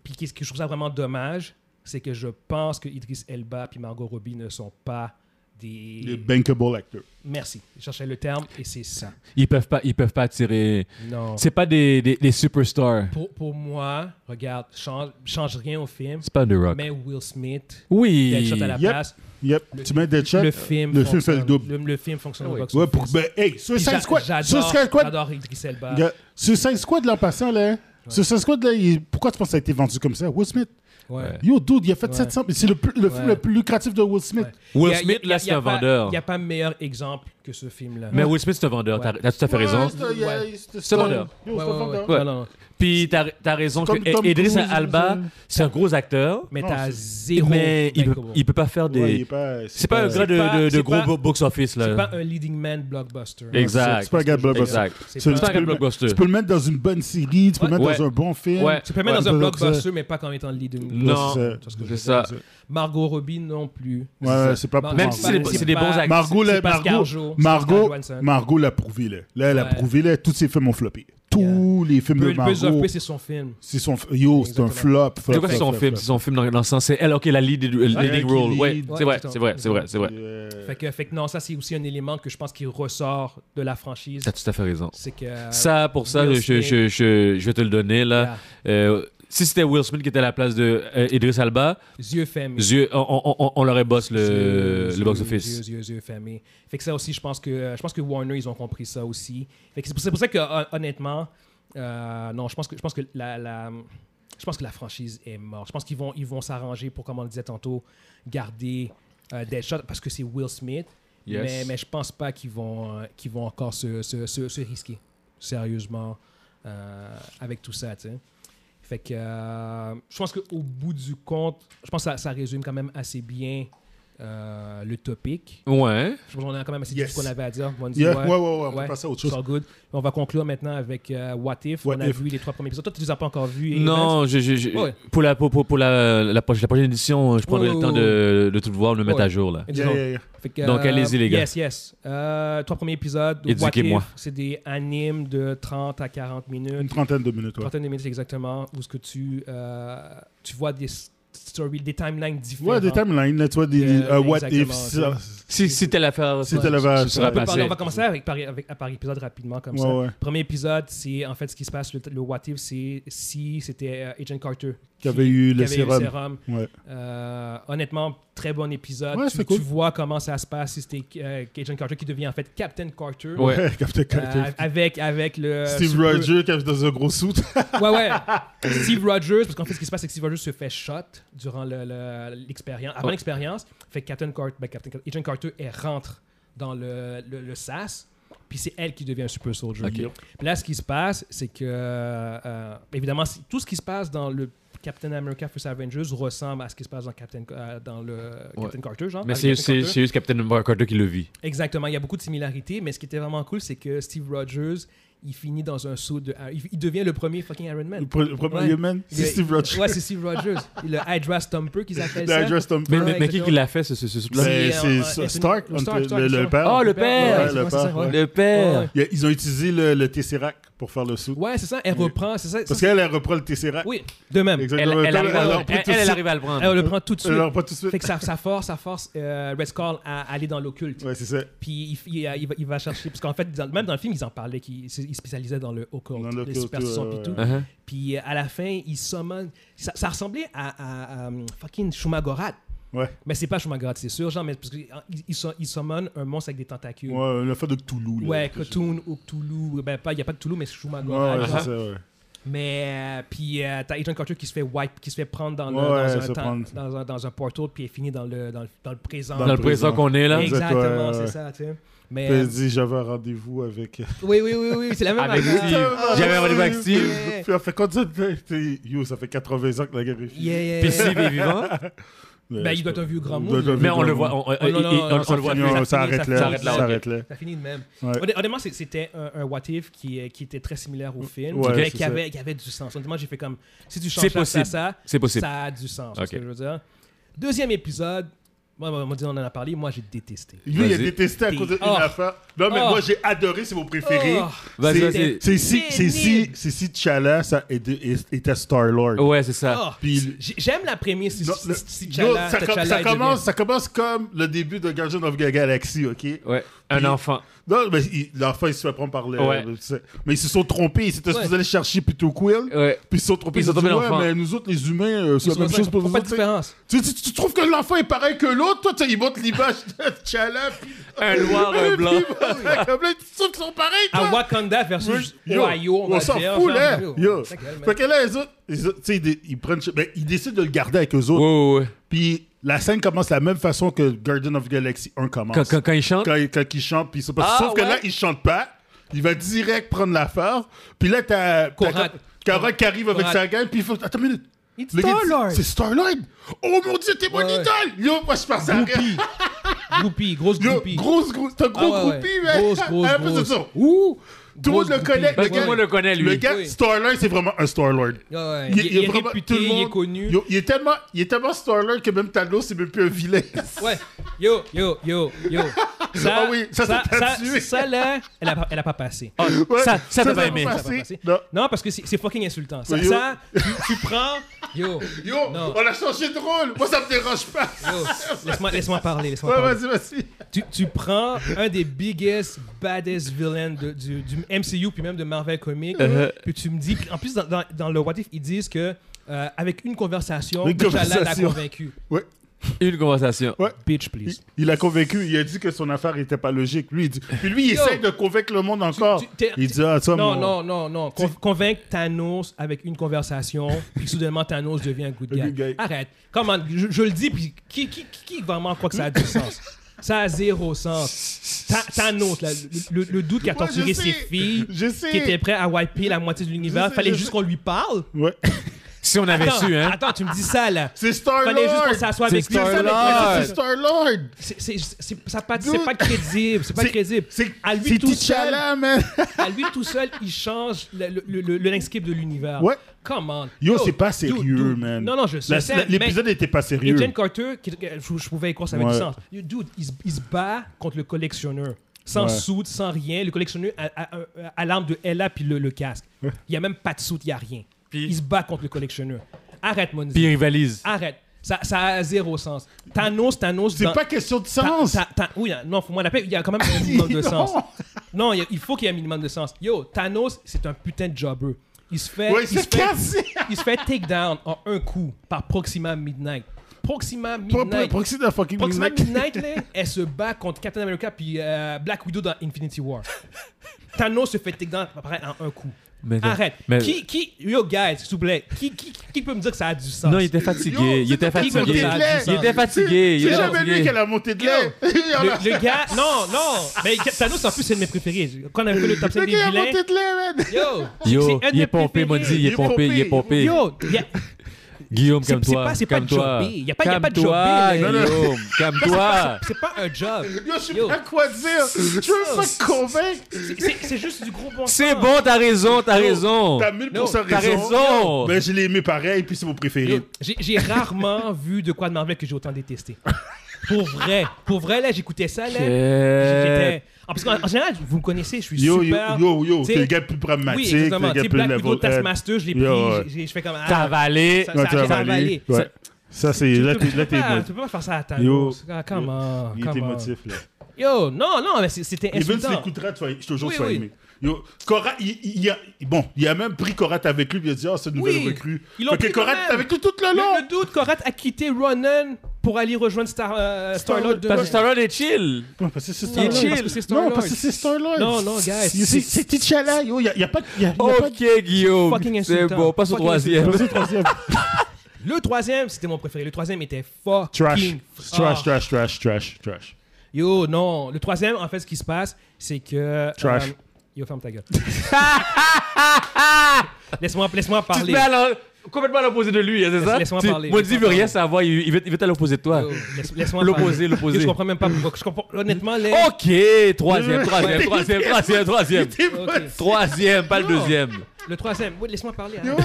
S1: Puis qu'est-ce que je trouve ça vraiment dommage, c'est que je pense que Idris Elba puis Margot Robbie ne sont pas des.
S3: Les bankable actors.
S1: Merci. Je cherchais le terme et c'est ça.
S2: Ils peuvent pas, ils peuvent pas attirer.
S1: Non.
S2: C'est pas des, des, des superstars.
S1: Pour, pour moi, regarde, change, change rien au film,
S2: C'est pas The Rock.
S1: mais Will Smith,
S2: Oui.
S1: Deadshot à la
S3: Yep.
S1: place,
S3: Yep. Tu mets Deadshot.
S1: le film.
S3: le film fait le
S1: fonctionne.
S3: double.
S1: Le, le film fonctionne au box
S3: Ouais, pour. Ben, hey, Suicide Squad. Suicide Squad.
S1: J'adore Idris Elba.
S3: Gars, Suicide Squad, là, en passant, là. hein. Suicide Squad, là, il- pourquoi tu penses que ça a été vendu comme ça? Will Smith.
S1: Ouais.
S3: Yo, dude, il a fait
S1: Ouais.
S3: 700. mais C'est le, plus- le film
S1: Ouais.
S3: le plus lucratif de Will Smith.
S1: Ouais.
S2: Will
S1: Y a- y a-
S2: Smith,
S1: y a-
S2: là, c'est
S1: y a
S2: un
S1: pas-
S2: vendeur.
S1: Il n'y a pas meilleur exemple que ce film-là.
S2: Mais Will Smith, c'est un vendeur. T'as
S1: Ouais.
S2: t'as tout à fait raison.
S3: c'est- il y a- c'est-
S2: C'est vendeur.
S3: Yo,
S1: Ouais,
S3: c'est hein.
S1: ouais,
S3: un
S1: ouais,
S3: vendeur.
S1: ouais. Non, non, non.
S2: Puis t'as t'as raison que
S3: Comme Tom
S2: Ed- Idris
S3: Cruise,
S2: Alba,
S3: c'est-
S2: c'est un gros acteur,
S1: Mais
S3: Non,
S1: t'as
S3: c'est-
S1: zéro.
S2: mais il peut,
S1: bankable.
S2: il peut pas faire
S3: Ouais, il
S2: des.
S3: est pas-
S2: C'est pas un gars de,
S1: c'est pas-
S2: de- de
S1: c'est
S2: gros
S1: pas-
S2: bo- box-office,
S1: C'est
S2: là.
S1: pas un leading man blockbuster.
S2: Ex- Exact.
S3: C'est pas un gars de blockbuster.
S2: Exact.
S1: C'est pas-
S3: C'est-
S2: C'est pas un
S3: tu peux
S2: gars
S3: le-
S2: blockbuster.
S3: Tu peux le mettre dans une bonne série, tu peux
S1: Ouais.
S3: le mettre dans
S2: Ouais.
S3: un bon film.
S2: Ouais.
S1: Tu peux mettre dans un
S3: Ouais. euh,
S1: blockbuster, mais pas quand étant le leading man.
S2: Non.
S3: c'est ça.
S1: Tu vois ce que je
S2: C'est
S1: veux
S2: ça.
S1: dire? Margot Robbie non plus.
S3: Ouais, ouais, c'est pas
S1: Margot
S3: pour
S2: Même
S1: Robbie,
S2: si c'est des- c'est des bons
S1: pas-
S2: acteurs.
S3: Margot,
S1: c'est
S3: là,
S1: pas
S3: Margot,
S1: Scarjo, c'est
S3: Margot,
S1: Scarjo Johansson.
S3: Margot l'a prouvé, là. Là, elle a
S1: Ouais.
S3: prouvé, là, tous ses films ont floppé. Tous les films de
S1: Birds Birds of
S3: Margot.
S1: Prey, c'est son film.
S3: C'est son, yo, c'est
S1: Exactement.
S3: un flop. flop,
S2: C'est quoi
S3: flop,
S2: son
S3: flop,
S2: film?
S3: flop.
S2: C'est son film dans, dans le sens, c'est elle, ok, la lead, euh,
S1: Ah,
S3: Ouais,
S2: leading
S3: qui
S2: role. Ouais,
S3: lead.
S1: Ouais,
S2: c'est vrai,
S1: c'est ça.
S2: c'est vrai, c'est vrai, c'est vrai.
S3: Euh,
S1: Fait que, fait que non, ça c'est aussi un élément que je pense qui ressort de la franchise.
S2: T'as tout à fait raison.
S1: C'est que.
S2: Ça, pour ça,
S1: Will
S2: je, je,
S1: Smith.
S2: je, je- je vais te le donner, là. Euh, si c'était Will Smith qui était à la place de euh, Idris Alba,
S1: Yeux fermés.
S2: Dieu, on, on, on, on l'aurait boss le,
S1: Yeux,
S2: le
S1: yeux,
S2: box-office.
S1: Yeux, yeux, yeux fermés. Fait que ça aussi, je pense que euh, je pense que Warner ils ont compris ça aussi. Fait que c'est pour, c'est pour ça que hon- honnêtement, euh, non, je pense que je pense que la, la- je pense que la franchise est morte. Je pense qu'ils vont ils vont s'arranger pour comme on le disait tantôt garder euh, Deadshot parce que c'est Will Smith.
S2: Yes.
S1: Mais mais je pense pas qu'ils vont euh, qu'ils vont encore se, se, se- se risquer sérieusement euh, avec tout ça, tu sais. Fait que euh, je pense qu'au bout du compte, je pense que ça, ça résume quand même assez bien euh, le topic.
S2: Ouais.
S1: Je pense qu'on a quand même assez dit
S3: Yes.
S1: ce qu'on avait à dire. On dit,
S3: yeah,
S1: ouais,
S3: ouais, ouais, ouais, on va
S1: ouais,
S3: passer à autre
S1: it's
S3: chose.
S1: all good. On va conclure maintenant avec euh, What If.
S3: What
S1: on a
S3: If.
S1: vu les trois premiers épisodes. Toi, tu les as pas encore vus. et Vince?
S2: Non, je, je- je-
S1: Ouais.
S2: pour, la, pour, pour, pour la, la, proche- la prochaine édition, je prendrai
S1: Ouais,
S2: le
S1: ouais,
S2: temps de, de tout voir, de le mettre
S1: Ouais.
S2: à jour, là.
S1: It's
S3: Yeah,
S1: all-
S3: yeah, yeah.
S1: Fait que,
S2: Donc, allez-y, les gars.
S1: Yes, yes. Euh, trois premiers épisodes. de What
S2: Éduquez-moi.
S1: If. C'est des animes de 30 à 40 minutes.
S3: Une trentaine de minutes, ouais.
S1: trentaine de minutes exactement, où ce que tu, euh, tu vois des, story, des timelines différentes.
S3: Ouais, des timelines, là, tu vois, des,
S1: Yeah,
S3: des- euh, what if,
S1: exactement,
S3: ça-
S2: Si c'était l'affaire.
S3: Si t'as l'affaire,
S2: tu seras
S3: ouais.
S1: On peut
S2: passé.
S1: parler- on va commencer avec, par, avec- par épisode rapidement comme
S3: Ouais,
S1: ça.
S3: ouais.
S1: Premier épisode, c'est en fait ce qui se passe, le, le what if, c'est si c'était euh, Agent Carter
S3: Qui avait eu
S1: qui
S3: le
S1: avait
S3: sérum. Ouais.
S1: Euh, honnêtement, très bon épisode.
S3: Ouais,
S1: tu,
S3: c'est
S1: tu
S3: cool.
S1: vois comment ça se passe si c'était euh, Agent Carter qui devient en fait Captain Carter.
S2: Ouais.
S3: Captain
S1: Euh,
S3: Carter.
S1: avec, avec le.
S3: Steve
S1: super-
S3: Rogers qui avait dans un gros suit.
S1: Ouais, ouais. Steve Rogers, parce qu'en fait, ce qui se passe, c'est que Steve Rogers se fait shot durant le- le- l'expérience. avant
S2: Oh.
S1: l'expérience, fait que Captain Carter, ben, Captain Car- Agent Carter, elle rentre dans le, le, le SAS, puis c'est elle qui devient un super soldier.
S2: Ok.
S1: Puis là, ce qui se passe, c'est que, euh, évidemment, c'est- tout ce qui se passe dans le Captain America First Avengers ressemble à ce qui se passe dans Captain, euh, dans le Captain Carter, genre.
S2: Mais
S1: avec
S2: c'est
S1: Captain
S2: c'est-
S1: Carter.
S2: c'est juste Captain Carter qui le vit.
S1: Exactement, il y a beaucoup de similarités, mais ce qui était vraiment cool, c'est que Steve Rogers, il finit dans un saut de. Il il devient le premier fucking Iron Man.
S3: Le pre- le premier
S1: Ouais.
S3: human, c'est
S1: Le-
S3: Steve Rogers.
S1: Ouais, c'est Steve Rogers. le Hydra Stumper qu'ils appellent
S3: Le
S1: ça.
S3: Hydra Stumper.
S2: Mais,
S1: Ouais,
S2: mais- mais qui
S1: exactement.
S2: qui l'a fait, ce, ce, ce truc-là
S3: Ben,
S1: C'est, euh,
S3: c'est
S1: euh,
S3: Stark,
S1: Anthony-
S3: entre-
S1: Stark, Stark,
S3: le, le
S1: Stark.
S3: père.
S2: Oh, le père!
S1: Ah, Ouais,
S3: Ouais,
S1: c'est
S3: le
S1: moi, c'est ça,
S3: père,
S1: ouais.
S2: Le père
S3: Il a- Ils ont utilisé le, le Tesseract pour faire le suit.
S1: Ouais, c'est ça. Elle
S3: Oui.
S1: reprend. C'est ça.
S3: Parce
S1: ça,
S3: qu'elle, elle reprend le Tesseract.
S1: c'est- Oui, de même. Elle,
S2: Elle,
S3: Exactement.
S2: elle arrive à,
S3: elle
S2: le-
S3: l'a repris
S2: elle-
S3: tout de
S2: elle
S3: suite.
S2: arrive à le prendre.
S1: le prend tout de
S3: Elle
S1: suite.
S3: l'a reprend tout de
S1: Fait
S3: suite.
S1: que ça, ça force, ça force euh, Red Skull à aller dans l'occulte.
S3: Ouais, c'est ça.
S1: Puis il, il- il va, il va chercher. Parce qu'en fait, dans- même dans le film, ils en parlaient, qu'ils se spécialisaient dans le occult,
S3: Dans
S1: les
S3: l'occulte,
S1: superstitions
S3: ouais,
S1: et tout.
S3: ouais.
S2: Uh-huh.
S1: Puis euh, à la fin, il summon. Ça, ça ressemblait à, à- à, euh, fucking Shumagorat.
S3: Ouais.
S1: Mais c'est pas Shumagorat, c'est sûr, genre, mais parce qu'il il, su- il summon un monstre avec des tentacules.
S3: Ouais, le fait de Cthulhu. là.
S1: Ouais, Cotoon ou Cthulhu. Ben, pas- il n'y a pas de Cthulhu, mais c'est Shumagorat.
S3: Ouais, ouais,
S1: genre.
S2: Ah,
S3: c'est ça, ouais.
S1: Mais euh, puis euh, t'as Agent Carter qui se fait wipe, qui se fait prendre dans, le,
S3: Ouais,
S1: dans,
S3: elle
S1: un,
S3: se
S1: temps-
S3: prend.
S1: dans un dans un portal puis elle finit dans le dans le, dans le présent.
S2: Dans le présent qu'on est là,
S3: Exact,
S1: Exactement,
S3: ouais,
S1: c'est
S3: ouais.
S1: ça, tu sais. Mais
S3: Puis
S1: euh,
S3: elle dit j'avais un rendez-vous avec.
S1: oui, oui, oui, oui, c'est la même
S2: avec
S1: affaire.
S2: Steve. J'avais rendez-vous avec Steve.
S1: Ouais.
S3: Puis elle fait quand ça Yo, ça fait 80 ans que la guerre est finie.
S1: Yeah, yeah,
S2: Puis
S1: yeah.
S2: Steve est vivant.
S3: Ouais,
S1: Ben, il
S3: je
S1: doit
S3: sais
S1: être un vieux
S3: pas.
S1: grand
S3: Il
S1: mou.
S3: doit être un
S2: Mais
S3: vieux
S2: on le
S3: grand
S2: voit,
S3: mou.
S2: on, on-
S1: non,
S2: il-
S1: non,
S2: il-
S1: non,
S2: on- on
S1: ça
S2: le voit
S1: finit,
S2: plus.
S1: ça
S3: Non,
S1: finit,
S3: ça arrête
S1: ça
S3: là.
S2: arrête là,
S3: Ça
S2: ok.
S3: arrête là.
S1: Ça finit de même.
S3: Ouais.
S1: Honnêt- Honnêtement, c'est- c'était un, un What If qui, euh, qui était très similaire au film,
S3: Ouais,
S1: mais
S3: c'est
S1: qui
S3: ça.
S1: avait, qui avait du sens. Honnêtement, j'ai fait comme si tu
S2: C'est
S1: changes ça, ça,
S2: possible.
S1: ça,
S2: C'est possible.
S1: ça a du sens.
S2: Ok.
S1: c'est ce que je veux dire. Deuxième épisode, moi, moi, moi, on en a parlé, moi j'ai détesté.
S3: Lui, il a
S2: Vas-y.
S3: détesté à cause d'une
S1: Oh.
S3: affaire. Non, mais
S1: Oh.
S3: moi, j'ai adoré, c'est mon préféré.
S1: Oh.
S2: Vas-y,
S3: C'est-
S2: vas-y.
S3: C'est si, c'est si,
S1: Pénible.
S3: c'est si T'Challa ça était, était Star Lord.
S2: Ouais, c'est ça.
S1: Ah,
S3: Puis le-
S1: j'ai- j'aime la prémisse. Si,
S3: Non,
S1: si-
S3: le-
S1: si
S3: yo,
S1: T'Challa-
S3: ça, com-
S1: T'Challa
S3: ça
S1: est
S3: commence,
S1: devenu-
S3: ça commence comme le début de Guardian of the Galaxy, ok?
S1: Oh.
S2: Ouais. Un
S3: Puis-
S2: enfant.
S3: Non, mais il- l'enfant, il se fait prendre par le.
S2: Ouais.
S3: le- c'est- Mais ils se sont trompés, ils s'étaient
S1: Ouais.
S3: supposés aller chercher plutôt Quill.
S2: Ouais.
S3: Puis ils se sont trompés,
S2: Ils ont
S3: ont dit,
S2: tombé
S3: ouais,
S2: l'enfant.
S3: mais nous autres, les humains, euh, c'est la
S1: Ils
S3: même
S1: sont-
S3: chose pour
S1: font
S3: nous
S1: pas de
S3: autres.
S1: différence.
S3: Tu, tu- tu trouves que l'enfant est pareil que l'autre, toi, tu sais, il montre l'image de T'Challa. puis-
S2: Un noir, un blanc. Ah,
S3: puis il montre comme là, tu trouves qu'ils sont pareils, toi?
S1: À Wakanda versus
S3: Yo,
S1: Ohio, on,
S3: on
S1: va
S3: s'en
S1: dire,
S3: fout,
S1: genre,
S3: là.
S1: yo,
S3: Yo.
S1: ta gueule, man.
S3: Fait que là, les autres, les autres, tu sais, ils, ils prennent. Ben, ils décident de le garder avec eux
S2: Ouais,
S3: autres.
S2: ouais, ouais.
S3: Puis la scène commence de la même façon que Garden of Galaxy 1 commence.
S2: Quand, quand, quand il chante,
S3: Quand, quand il chante, puis c'est pas-
S2: Ah,
S3: sauf que
S2: ouais.
S3: là, il chante pas. Il va direct prendre l'affaire. Puis là, t'as. t'as
S1: Korat.
S3: comme- Korat qui arrive avec
S1: Korat.
S3: sa gang, puis il faut. Attends une minute.
S1: It's
S3: Le gars dit,
S1: Star-Lord.
S3: C'est Star-Lord! Oh mon dieu, t'es mon
S1: Ouais, ouais.
S3: idole! Yo, moi je passe à rien!
S1: Groupie. Ah, Groupie, grosse
S3: Yo,
S1: groupie.
S3: grosse, grosse, t'as un gros
S1: Ah ouais, ouais.
S3: groupie, mais.
S1: Grosse, grosse,
S3: à la place de
S1: grosse.
S3: ça, ouh, Ben, Tout le
S1: Grosse
S3: monde le
S1: groupie. Bah,
S3: connaît.
S2: Parce
S3: le
S2: que
S3: gars-
S2: moi, le connais, lui.
S3: Le gars,
S1: Oui.
S3: Star-Lord, c'est vraiment un Star-Lord.
S1: Ouais, ouais.
S3: Il-
S1: Il,
S3: il est
S1: il est
S3: vraiment-
S1: réputé,
S3: tout le
S1: il est
S3: monde-
S1: connu.
S3: Yo, il est tellement, il est tellement Star-Lord que même Thanos, c'est même plus un vilain.
S1: Ouais. Yo, yo, yo, yo. Ça,
S3: Ah oui, ça,
S1: ça,
S3: ça t'a
S1: ça,
S3: tué.
S1: ça, là, elle a, pas- elle a pas passé.
S3: Ouais,
S2: ça, ça t'a
S3: ça, ça
S2: pas
S3: va
S2: aimé.
S3: pas.
S1: Ça va
S3: passer.
S1: passer.
S3: Non.
S1: Non, parce que c'est c'est fucking insultant. Ça,
S3: Oui, yo.
S1: ça, tu, tu prends. Yo,
S3: Yo,
S1: Non.
S3: on a changé de rôle. Moi, ça me dérange pas.
S1: yo. Laisse-moi laisse-moi parler. Laisse
S3: Ouais,
S1: parler.
S3: vas-y, vas-y.
S1: Tu, tu prends un des biggest, baddest villains de- du, du MCU, puis même de Marvel Comics,
S2: Uh-huh.
S1: puis tu me dis... En plus, dans, dans- dans le What If, ils disent que euh, avec une conversation,
S3: Une
S1: T'Challa l'a
S3: conversation.
S1: convaincu.
S3: Ouais.
S2: Une conversation.
S3: Ouais.
S1: Bitch,
S3: Il,
S1: please.
S3: il a convaincu, il a dit que son affaire était pas logique. Lui, il dit. Puis lui, il
S1: Yo.
S3: essaye de convaincre le monde encore.
S1: tu- t'es-
S3: il dit, ah, ça,
S1: Non,
S3: mon-
S1: non, non, non. Con- convaincre Thanos avec une conversation, puis soudainement Thanos devient un good guy.
S3: good guy.
S1: Arrête. Comment je, je le dis, puis qui, qui, qui, qui vraiment croit que ça a du sens Ça a zéro sens. Ta- Thanos, là, le, le- le doute qui a
S3: Ouais, je
S1: torturé ses
S3: sais.
S1: filles,
S3: Je sais.
S1: qui était prêt à wiper la moitié de l'univers,
S3: Je sais,
S1: fallait
S3: je
S1: juste
S3: sais.
S1: qu'on lui parle.
S3: Ouais.
S2: Si on avait
S1: Attends,
S2: su, hein.
S1: attends, tu me dis ça là.
S3: C'est Star-Lord.
S1: Fallait juste qu'on s'assoie
S2: C'est
S1: avec lui.
S2: Star-Lord.
S3: C'est Star-Lord.
S1: C'est- c'est- c'est- ça pas-
S3: Dude.
S1: C'est pas crédible. C'est pas
S3: C'est-
S1: crédible.
S3: C'est
S1: À lui
S3: c'est
S1: tout seul.
S3: T'Challa, man.
S1: À lui tout seul, il change le, le, le- le- le landscape de l'univers.
S3: Ouais.
S1: Comment
S3: Yo, c'est pas sérieux, man.
S1: Non, non, je
S3: La-
S1: sais.
S3: la-
S1: c'est-
S3: L'épisode
S1: mais
S3: était pas sérieux.
S1: Agent Carter, qui- que je, je pouvais y croire, ça avait
S3: Ouais.
S1: du sens. Yo, Dude, il, se- il se bat contre le collectionneur. Sans
S3: Ouais.
S1: soude, sans rien. Le collectionneur a, a- a- a l'arme de Ella puis le, le casque. Il n'y a même pas de soude, il n'y a rien.
S2: Puis-
S1: Il se bat contre le collectionneur. Arrête, mon
S2: Puis il rivalise.
S1: Arrête. Ça, ça a zéro sens. Thanos, Thanos.
S3: C'est
S1: dans-
S3: pas question de
S1: Ta-
S3: sens.
S1: ta- ta- oui, hein, non, faut moi la paix, il y a quand même un minimum de
S3: Non.
S1: sens. Non, il y a- il faut qu'il y ait un minimum de sens. Yo, Thanos, c'est un putain de jobber. Il se fait,
S3: Ouais,
S1: Eh, il
S3: c'est
S1: se fait,
S3: cassé.
S1: il se fait take down en un coup par Proxima Midnight. Proxima
S3: Pro- pro-
S1: Midnight.
S3: Proxy de fucking
S1: Proxima
S3: Midnight.
S1: Midnight, là, elle se bat contre Captain America puis euh, Black Widow dans Infinity War. Thanos se fait take down pareil, en un coup.
S2: Mais-
S1: Arrête.
S2: mais-
S1: Qui, qui, yo, guys, s'il vous plaît, qui, qui, qui peut me dire que ça a du sens?
S2: Non, il était
S3: Yo,
S2: fatigué. Il
S3: c'est
S2: était
S3: pas qui
S2: fatigué.
S1: montait de lait.
S2: Il était fatigué. Il
S3: C'est
S2: était
S3: jamais lui qui
S2: fatigué.
S3: a la montée de
S1: Yo,
S3: lait. Il y en a-
S1: le, le gars, non, non, mais Thanos en plus c'est une de mes préférés. Quand on avait fait le top 5
S3: Le
S1: des
S3: gars, il a
S1: vilains,
S3: monté de lait, man.
S1: Yo,
S2: Yo, il est pompé, Mondi,
S1: Monzi.
S2: il est pompé, il est pompé.
S1: Yo, y a-
S2: Guillaume,
S1: C'est- c'est
S2: calme-toi.
S1: pas- c'est pas
S2: Calme-toi.
S1: jobé. Y a pas- y a pas de
S2: Calme-toi,
S1: jobé, là.
S2: Guillaume. Calme-toi.
S1: c'est pas un job.
S3: Yo, je sais
S1: Yo.
S3: pas quoi dire. Je veux pas te convaincre.
S1: C'est- C'est c'est juste du gros bon sens.
S2: C'est bon, t'as raison, t'as raison.
S3: T'as 1000%
S1: Non,
S2: T'as raison.
S3: Mais je l'ai aimé pareil, puis c'est mon
S1: Yo,
S3: préféré.
S1: J'ai j'ai rarement vu de quoi de Marvel que j'ai autant détesté. Pour vrai, pour vrai, là, j'écoutais ça, là.
S2: Shit.
S1: j'étais- En, parce qu'en en général, vous me connaissez, je suis
S3: Yo, yo,
S1: super.
S3: yo, yo,
S1: T'sais-
S3: t'es le gars le plus pragmatique,
S1: oui,
S3: t'es le
S1: exactement.
S3: gars
S1: Tu
S3: le
S1: sais,
S3: plus
S1: Black
S3: level
S1: Widow,
S3: head.
S1: Taskmaster, je l'ai pris,
S3: Yo, ouais.
S1: j'ai- j'ai- je fais comme. ah,
S2: T'as avalé.
S1: ça-
S3: Ouais,
S1: ça-
S3: tu
S1: ça
S3: as
S1: a
S3: avalé.
S1: avalé.
S3: Ouais.
S1: Ça-
S3: Ça, c'est. Là,
S1: Tu peux
S3: t'es- là, t'es
S1: pas-
S3: émotif.
S1: Tu peux pas faire ça à
S3: Yo.
S1: Thanos. Ah, Come on.
S3: Il est
S1: come on.
S3: émotif, là.
S1: Yo, non, non, mais c'est- c'était
S3: Even tu
S1: insultant.
S3: l'écouteras, tu vas- je te jure,
S1: Oui,
S3: tu vas
S1: oui.
S3: aimer. Yo, Korat, il, il- il a, bon, il a même pris Korat avec lui, puis il a dit, oh, c'est une nouvelle
S1: Oui.
S3: recrue.
S1: Ils l'ont
S3: Fait que
S1: pris quand
S3: Korat
S1: même.
S3: est avec lui tout le long.
S1: Le, le doute, Korat a quitté Ronan pour aller rejoindre Star, euh, Star-Lord de...
S2: Parce que Star-Lord est chill.
S3: Ouais, parce que c'est
S1: Non,
S2: il est
S1: parce
S2: chill.
S1: que c'est
S3: Non,
S1: Star-Lord.
S3: parce que c'est Star-Lord.
S1: Non, non, Oh, guys.
S3: C'est- C'est c'est T'Challa, yo, il n'y a, il y a pas de... il Y a, il y a pas de...
S2: Ok,
S1: Fucking
S2: Guillaume. C'est
S1: insultant.
S2: bon, passe au
S1: Fucking
S2: troisième.
S3: Vas-y, troisième.
S1: Le troisième, c'était mon préféré. Le troisième était fucking...
S3: Trash.
S1: Ah.
S3: Trash, trash, trash, trash, trash.
S1: Yo, non. Le troisième, en fait, ce qui se passe, c'est que...
S3: Trash.
S1: euh, yo, ferme ta gueule. laisse-moi laisse
S2: Tu te
S1: parler.
S2: mets à l'en- complètement à l'opposé de lui, hein, c'est ça?
S1: Laisse-moi
S2: Tu-
S1: parler,
S2: Mondi
S1: laisse-moi
S2: veut rien
S1: parler.
S2: savoir, il il veut il veut être à l'opposé de toi.
S1: Yo, laisse- Laisse-moi parler.
S2: L'opposé,
S1: Yo, Je
S2: l'opposé.
S1: comprends même pas pourquoi. Je comprends... Honnêtement, les...
S3: Oh,
S2: Ok, troisième, troisième, troisième, troisième, troisième.
S1: Ok.
S2: Troisième, pas le
S1: Non.
S2: deuxième.
S1: Le troisième, oui, laisse-moi parler. hein.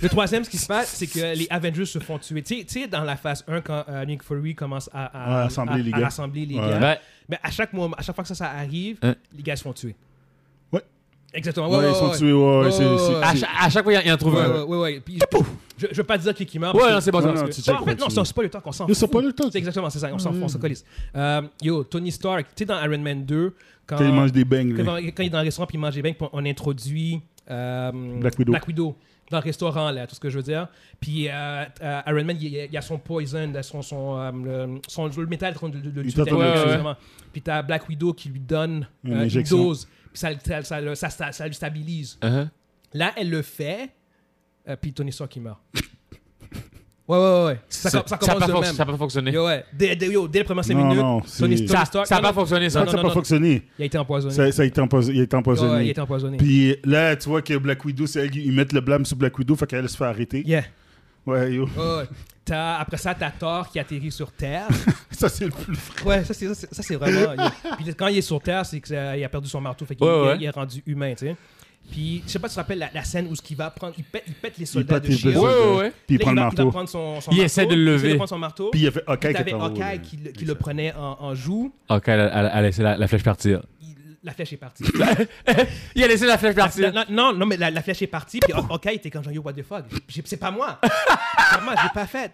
S1: Le troisième, ce qui se passe, c'est que les Avengers se font tuer. Tu sais- tu sais, dans la phase 1, quand euh, Nick Fury commence à, à,
S3: Ouais, assembler
S1: à-
S3: les
S1: à
S3: gars.
S1: rassembler les
S3: Ouais.
S1: gars,
S2: Ouais. Ben,
S1: mais à chaque, moment, à chaque fois que ça, ça arrive,
S2: Hein.
S1: les gars se font tuer.
S3: Ouais.
S1: Exactement.
S3: Ouais, ils sont tués, ouais, ouais,
S1: Ouais,
S3: c'est...
S1: ouais,
S3: c'est-
S1: ouais.
S2: À cha- à chaque fois, il y a- il y en trouve
S1: Ouais,
S2: un.
S1: ouais, ouais. ouais. Puis, je, je veux pas dire qui, qui meurt.
S2: Ouais,
S1: parce que-
S2: non, c'est bon.
S3: Non,
S2: parce
S3: non,
S2: que-
S3: tu-
S1: Non, en fait, non, c'est un spoil le temps qu'on s'en
S3: Yo,
S1: fout.
S3: c'est pas le temps.
S1: C'est exactement, c'est ça, on s'en fout, on s'en colisse. Euh, yo, Tony Stark, tu sais, dans Iron Man 2, quand,
S3: Quand il mange des bangs, là.
S1: quand, quand il est dans le restaurant puis il mange des beignes, puis on introduit euh,
S3: Black Widow.
S1: dans le restaurant, là, tout ce que je veux dire. Puis euh, euh, Iron Man, il, il y a son poison, là, son, son, euh, le, son- le métal de, de, de,
S3: Il
S1: du
S3: t'entend
S1: tétanus,
S2: bien, ouais.
S1: justement. Puis t'as Black Widow qui lui donne
S3: Une
S1: euh, une
S3: injection.
S1: dose, puis ça, ça, ça, le- ça, ça, ça lui stabilise.
S2: Uh-huh.
S1: Là, elle le fait, euh, puis Tony Stark, il meurt. Ouais, ouais, ouais, ouais. Ça, com- ça
S2: ça a
S1: commence
S2: pas
S1: de
S2: fonc-
S1: même.
S2: ça a pas fonctionné.
S1: Yo, ouais. Dès, dès- yo, dès les premières 5
S3: Non,
S1: minutes,
S3: non,
S1: Tony
S3: c'est-
S1: Stark.
S2: Ça a
S1: non,
S2: pas
S1: non,
S2: fonctionné,
S1: Non,
S2: ça.
S3: Ça n'a
S1: non,
S3: pas fonctionné.
S1: Il a été empoisonné.
S3: Ça, ça a été empos- il
S1: Ouais, ouais,
S3: a été
S1: il a
S3: empoisonné.
S1: été empoisonné.
S3: Puis là, tu vois que Black Widow, c'est elle qui- ils mettent le blâme sur Black Widow, fait qu'elle se fait arrêter.
S1: Yeah.
S3: Ouais, yo.
S1: Ouais, ouais. T'as- après ça, t'as Thor qui atterrit sur Terre.
S3: Ça, c'est le plus frais.
S1: Ouais, ça, c'est, ça, c'est- ça, c'est vraiment. il- Puis quand il est sur Terre, c'est qu'il a perdu son marteau. Fait qu'il
S2: Ouais,
S1: il-
S2: ouais.
S1: il est rendu humain, tu sais. Puis, je sais pas si tu te rappelles la, la scène où ce qu'il va prendre, il pète, il pète les soldats
S3: pète
S1: de
S3: les
S1: Shield.
S2: Ouais, ouais, ouais.
S3: Puis il
S1: Là,
S3: prend le
S1: va- va
S3: marteau.
S1: prendre son, son
S2: Il
S1: marteau,
S2: essaie de le
S1: il essaie
S2: lever.
S1: prendre son marteau.
S3: Puis il y avait
S1: Puis
S3: Hawkeye qui
S1: t'avais
S3: était en haut, là.
S1: Hawkeye qui, le- qui le prenait en, en joue.
S2: Ok, elle a, elle a laissé la, la flèche partir.
S1: Il- la flèche est partie.
S2: Il a laissé la flèche
S1: La-
S2: partir.
S1: la- non, non, mais la, la flèche est partie, puis Haw- Hawkeye était comme genre, yo, what the fuck? J'ai- C'est pas moi! C'est pas moi, j'ai pas fait!